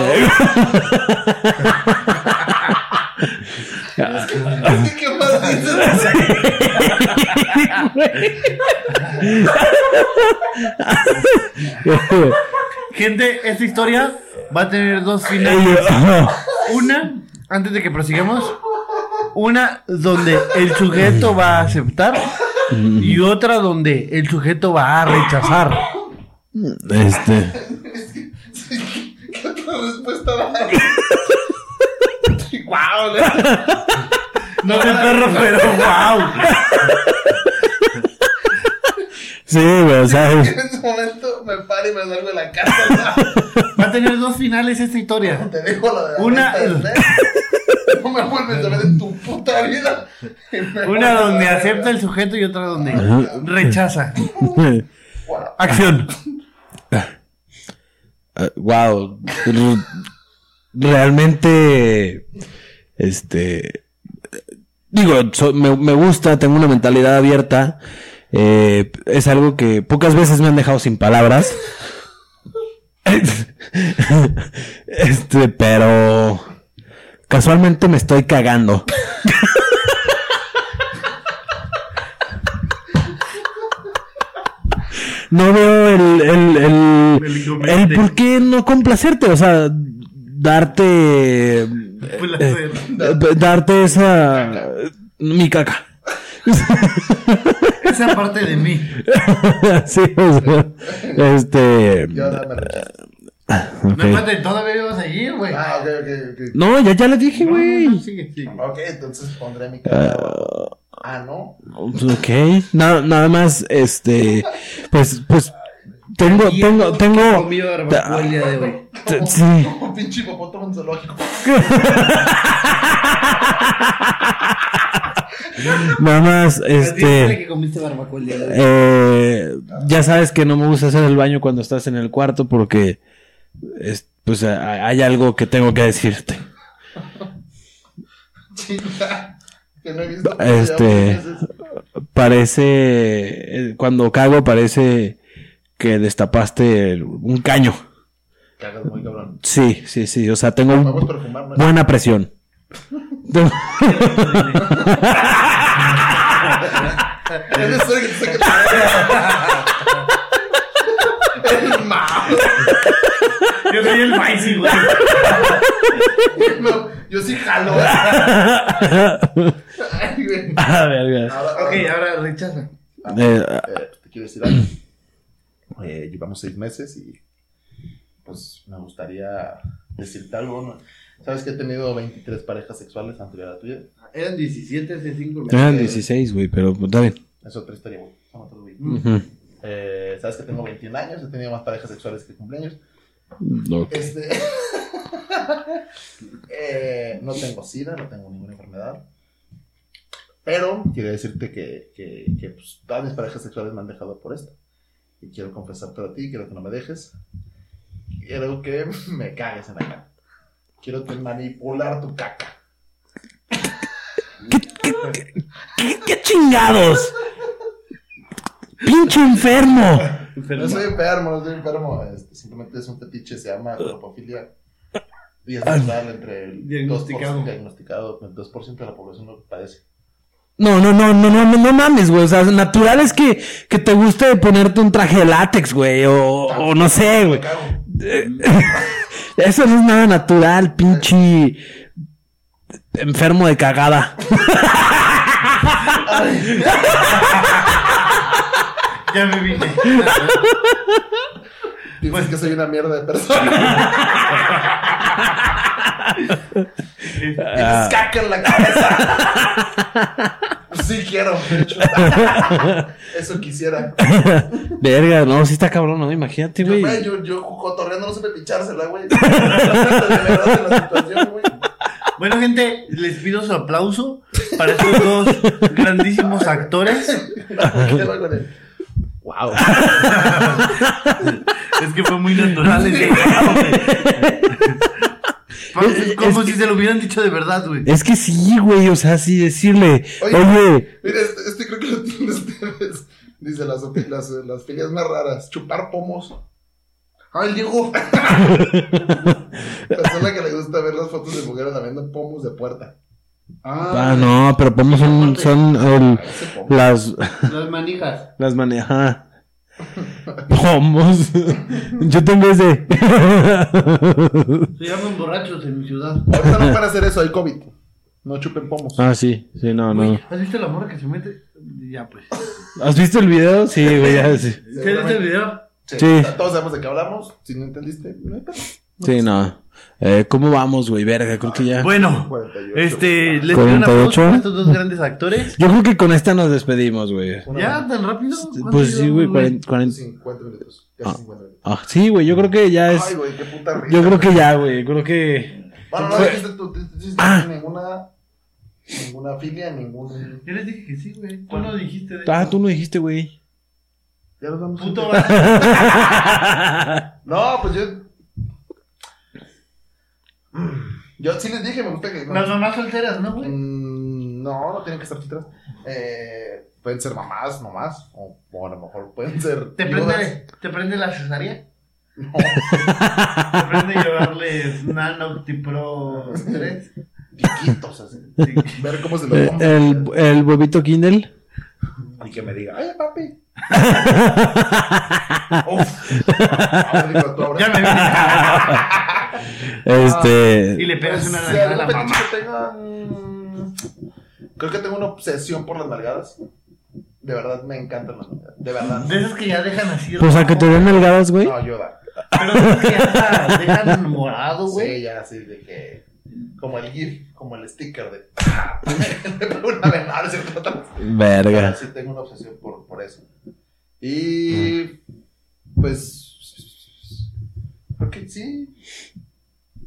Speaker 5: Es que, ¿Qué más dices?
Speaker 2: Gente, esta historia va a tener dos finales.
Speaker 4: ok,
Speaker 2: Una, antes de que prosigamos, una donde el sujeto va a aceptar y otra donde el sujeto va a rechazar.
Speaker 4: este.
Speaker 5: ¿Qué otra respuesta va a dar? ¡Guau! le-
Speaker 2: No sé, perro, pero wow.
Speaker 4: Sí, güey, o sea,
Speaker 5: En ese momento me paro y me salgo de la casa.
Speaker 2: Va a tener dos finales esta historia.
Speaker 5: Te dejo la de la
Speaker 2: Una-
Speaker 5: venta del mes. No me vuelves a ver en tu puta vida. Y me voy
Speaker 2: Una
Speaker 5: a la
Speaker 2: donde
Speaker 5: verga.
Speaker 2: acepta el sujeto y otra donde rechaza. Acción.
Speaker 4: Ah, wow. Realmente, este, digo, so- me, me gusta, tengo una mentalidad abierta. eh, es algo que pocas veces me han dejado sin palabras. <laughs> Este, pero casualmente me estoy cagando. <laughs> No veo el, el, el,
Speaker 8: El
Speaker 4: el
Speaker 8: inconveniente.
Speaker 4: por qué no complacerte, o sea, darte, eh, eh, darte esa, mi caca. <laughs>
Speaker 2: Esa parte de mí.
Speaker 4: sí, o sea, este,
Speaker 5: Yo no me rechazo.
Speaker 4: ok.
Speaker 2: No espérate, todavía ibas a seguir, güey.
Speaker 5: Ah, ok, ok,
Speaker 4: no, ya, ya le dije,
Speaker 2: No,
Speaker 4: güey.
Speaker 2: no, no, sigue, sigue.
Speaker 5: ok. Ok, entonces pondré mi cara. Ah, no.
Speaker 4: Ok, nada, nada más, este, pues, pues, tengo, tengo, tengo,
Speaker 2: Comido barbacoa el día de hoy.
Speaker 4: te- sí, <laughs>
Speaker 5: Un pinche hipopótamo en zoológico.
Speaker 4: nada más,
Speaker 2: Dígale
Speaker 4: este,
Speaker 2: que comiste barbacoa el día de hoy.
Speaker 4: eh, ya sabes que no me gusta hacer el baño cuando estás en el cuarto porque, es- pues, a- hay algo que tengo que decirte.
Speaker 5: <laughs> Chinga. Que no he visto.
Speaker 4: Este- Parece, eh, cuando cago parece que destapaste el- un caño.
Speaker 5: Cagas muy cabrón.
Speaker 4: Sí, sí, sí, o sea, tengo
Speaker 5: Vamos a
Speaker 4: un-
Speaker 5: perfumarme.
Speaker 4: buena presión. <laughs>
Speaker 5: Es la historia que te saca- El mao.
Speaker 2: Yo soy el Faisy, güey.
Speaker 5: No, Yo sí jalo. Ay, güey.
Speaker 4: Ah, verga.
Speaker 5: Ahora, ahora,
Speaker 2: Ok, ahora rechaza.
Speaker 4: Eh,
Speaker 5: eh, te quiero decir algo. <clears throat> Eh, llevamos seis meses y pues me gustaría decirte algo. ¿no? ¿Sabes que he tenido 23 parejas sexuales anterior a la tuya? Eh,
Speaker 2: Eran 17 hace 5 meses.
Speaker 4: Eran 16, güey, pero pues, está bien.
Speaker 5: Es otra historia, güey. Son otros, güey.
Speaker 4: Ujú.
Speaker 5: Eh, ¿Sabes que tengo 21 años? He tenido más parejas sexuales que cumpleaños.
Speaker 4: No.
Speaker 5: Este... <laughs> Eh, no tengo sida, no tengo ninguna enfermedad. Pero quiero decirte que, que, que, pues, todas mis parejas sexuales me han dejado por esto. Y quiero confesarte a ti, quiero que no me dejes. Quiero que <laughs> me cagues en la cara. Quiero que manipular tu caca.
Speaker 4: ¿Qué, qué chingados? ¡Pinche enfermo!
Speaker 5: No Ah. soy enfermo, no soy enfermo. Este, simplemente es un fetiche, se llama cropofilia. Y es natural entre el
Speaker 2: Diagnosticado.
Speaker 5: 2%, diagnosticado, pues, el 2% de la población lo padece.
Speaker 4: No, no, no, no, no, no, no mames, güey. O sea, natural es que, que te guste ponerte un traje de látex, güey. O, o no sé, güey. Eh,
Speaker 5: Me cago.
Speaker 4: <laughs> Eso no es nada natural, pinche enfermo de cagada.
Speaker 2: Ya me vine.
Speaker 5: Dices que soy una mierda de persona. Tienes caca en la cabeza. <laughs> Sí quiero. de hecho. <laughs> Eso quisiera.
Speaker 4: Verga, no, sí está cabrón, ¿no? Imagínate,
Speaker 5: Yo,
Speaker 4: güey.
Speaker 5: güey, yo, yo cotorreando no supe pichársela, güey. <laughs> De verdad, de la situación, güey.
Speaker 2: Bueno, gente, les pido su aplauso para estos dos grandísimos actores.
Speaker 5: ¿Qué hago con él? Wow.
Speaker 2: Es que fue muy natural <laughs> ese cabrón, güey.
Speaker 4: Es- es
Speaker 2: Como
Speaker 4: que-
Speaker 2: si se lo hubieran dicho de verdad, güey.
Speaker 4: Es que sí, güey. O sea, sí decirle,
Speaker 5: Oye.
Speaker 4: oye
Speaker 5: Mira, este, este creo que lo tienen ustedes. Dice las, las, las filias más raras. Chupar pomos. ¡Ay, el Diego! <laughs> Persona que le gusta ver las fotos de mujeres habiendo pomos de puerta.
Speaker 4: Ah, no, pero pomos son, son el-
Speaker 5: Ese pomo.
Speaker 4: las,
Speaker 2: Las manijas.
Speaker 4: <laughs> las maneja. Pomos. <laughs> Yo tengo ese. <laughs>
Speaker 2: Se llaman borrachos en mi ciudad.
Speaker 5: Ahorita no para hacer eso, hay COVID. No chupen pomos.
Speaker 4: Ah, sí, sí, no, no.
Speaker 2: Güey, ¿Has visto la morra que se mete? Ya, pues.
Speaker 4: ¿Has visto el video? Sí, güey, ya, sí.
Speaker 2: ¿Qué es el video?
Speaker 5: Sí.
Speaker 4: Sí.
Speaker 5: Todos sabemos de qué hablamos. Si no entendiste, no hay pedo.
Speaker 4: Sí, no. Eh, ¿Cómo vamos, güey? Verga, creo que ya.
Speaker 2: Bueno,
Speaker 5: 48.
Speaker 2: este,
Speaker 5: Ah,
Speaker 2: les pido un
Speaker 4: 48.
Speaker 2: aplauso a estos dos grandes actores.
Speaker 4: Yo creo que con esta nos despedimos, güey.
Speaker 2: ¿Ya? ¿Tan rápido?
Speaker 4: Pues sí, güey, 40. 40.
Speaker 5: 50 minutos. Casi
Speaker 4: Ah.
Speaker 5: 50 minutos.
Speaker 4: Ah, sí, güey, yo creo que ya
Speaker 5: Ay,
Speaker 4: es.
Speaker 5: güey, qué puta risa.
Speaker 4: Yo creo que ya, güey. Creo que.
Speaker 5: Bueno, no
Speaker 4: Fue- Ah.
Speaker 5: dijiste tú, tú- tú dijiste ninguna, ninguna filia, ningún...
Speaker 2: Yo les dije que sí, güey. Tú no dijiste de
Speaker 4: Ah, tú no dijiste, güey.
Speaker 5: Ya nos damos
Speaker 2: Puto.
Speaker 5: cuenta. No, pues yo... Mm, Yo sí les dije, me gusta que...
Speaker 2: Las mamás solteras, ¿no, güey?
Speaker 5: Mm, no, no tienen que estar chitras. Eh, pueden ser mamás, nomás. O, o a lo mejor pueden ser...
Speaker 2: ¿Te
Speaker 5: viudas.
Speaker 2: prende, ¿Te prende la cesárea?
Speaker 5: No,
Speaker 2: <laughs> ¿Te prende llevarles Nanotipro 3?
Speaker 5: chiquitos así. Ver cómo se lo
Speaker 4: Eh,
Speaker 5: toman.
Speaker 4: El, el bobito Kindle.
Speaker 5: Y que me diga, ay, papi. Ahora digo, tú ahora.
Speaker 2: Ya me
Speaker 5: <laughs>
Speaker 2: vi.
Speaker 4: Este.
Speaker 2: Y le pegas una
Speaker 5: Si
Speaker 2: nalgada a la
Speaker 5: algún
Speaker 2: mamá.
Speaker 5: fetiche que tenga, mm, Creo que tengo una obsesión por las nalgadas. De verdad, me encantan las nalgadas. De verdad.
Speaker 2: De esas que ya dejan así.
Speaker 4: Pues a que te den nalgadas, güey.
Speaker 5: No, yo da.
Speaker 2: Pero de esas que ya dejan morado, güey.
Speaker 5: Sí, ya así de que. Como el GIF, como el sticker de. <laughs> de una vez, no, no es cierto, no, no. Pero
Speaker 4: Verga.
Speaker 5: sí tengo una obsesión por, por eso. Y. Pues. Creo que sí.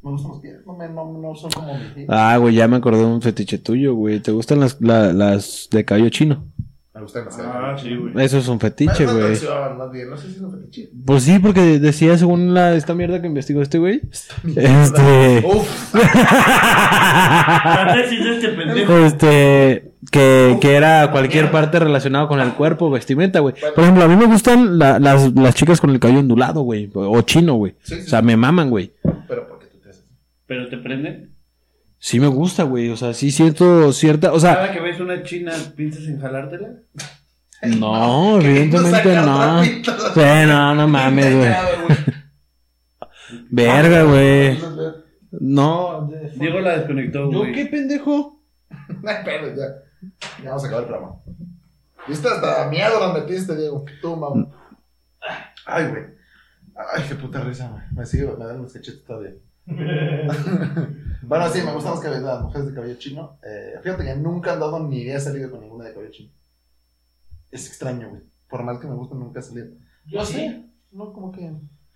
Speaker 5: Me gustan los pies. No, me, no, no son como mis pies.
Speaker 4: Ah, güey, ya me acordé de un fetiche tuyo, güey. ¿Te gustan las, la- las de cabello chino?
Speaker 5: Me gustan las
Speaker 9: Ah, sí,
Speaker 4: <laughs>
Speaker 9: güey.
Speaker 4: Eso es un fetiche,
Speaker 5: Más
Speaker 4: güey.
Speaker 5: atracción, más bien. No sé si es un fetiche.
Speaker 4: Pues sí, porque decía según la, esta mierda que investigó este güey. Este. <laughs>
Speaker 5: Uf,
Speaker 2: Ahora sí es este pendejo.
Speaker 4: <laughs> Este, que, que era cualquier parte relacionada con el cuerpo, vestimenta, güey. Por ejemplo, a mí me gustan la- las, las chicas con el cabello ondulado, güey. O chino, güey.
Speaker 5: Sí, sí.
Speaker 4: O sea, me maman, güey.
Speaker 5: pero ¿por qué tú te haces?
Speaker 9: ¿Pero te prenden?
Speaker 4: Sí me gusta, güey. O sea, sí siento cierta... O sea,
Speaker 9: ¿Cada que ves una china piensas en jalártela?
Speaker 4: no,
Speaker 5: Queriendo <laughs>
Speaker 4: evidentemente
Speaker 5: sacar
Speaker 4: no. Sí,
Speaker 5: trapitos.
Speaker 4: no, no mames,
Speaker 5: <laughs>
Speaker 4: güey.
Speaker 5: Engañado, güey.
Speaker 4: Verga, güey. No.
Speaker 9: Diego la desconectó,
Speaker 4: ¿Yo
Speaker 9: güey.
Speaker 4: qué pendejo?
Speaker 5: <laughs> Ay, pero ya. Ya vamos a acabar el programa. ¿Viste? Hasta miedo la metiste, Diego. Tú, mamá. Ay, güey. Ay, qué puta risa, güey. Me sigue, me dan los cachetes <laughs> todavía. bueno, sí, me gustan las, cabezas, las mujeres de cabello chino. Eh, fíjate que nunca he andado ni idea salido con ninguna de cabello chino. Es extraño, güey. Por mal que me guste, nunca he salido. Yo sí. No, como que.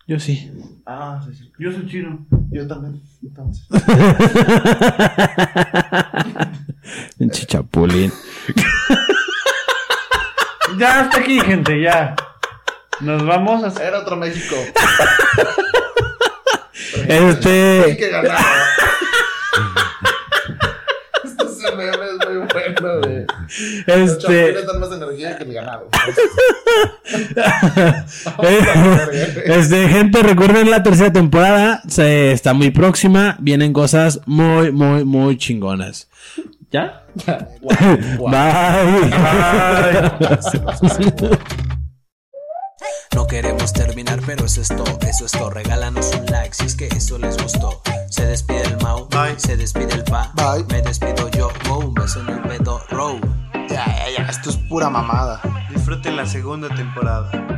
Speaker 4: Yo sí.
Speaker 5: Ah, sí, sí.
Speaker 9: Yo soy chino.
Speaker 5: Yo también. Entonces.
Speaker 4: Un chichapulín.
Speaker 2: Ya hasta aquí, gente, ya. Nos vamos a hacer.
Speaker 5: Era otro México. Sí
Speaker 4: Este...
Speaker 5: que ganaba. <laughs> Este se me es muy bueno de. Los
Speaker 4: Este...
Speaker 5: champiñones dan más energía que el ganado.
Speaker 4: Este, gente, recuerden la tercera temporada. Se está muy próxima. Vienen cosas muy, muy, muy chingonas. <laughs> ¿Ya? Bye. <laughs>
Speaker 3: No queremos terminar, pero eso es todo, eso es todo. Regálanos un like si es que eso les gustó. Se despide el Mau,
Speaker 1: Bye.
Speaker 3: se despide el Pa,
Speaker 1: Bye.
Speaker 3: me despido yo, Mo, un beso en el pedo, Row.
Speaker 1: Ya, ya, ya, esto es pura mamada.
Speaker 10: Disfruten la segunda temporada.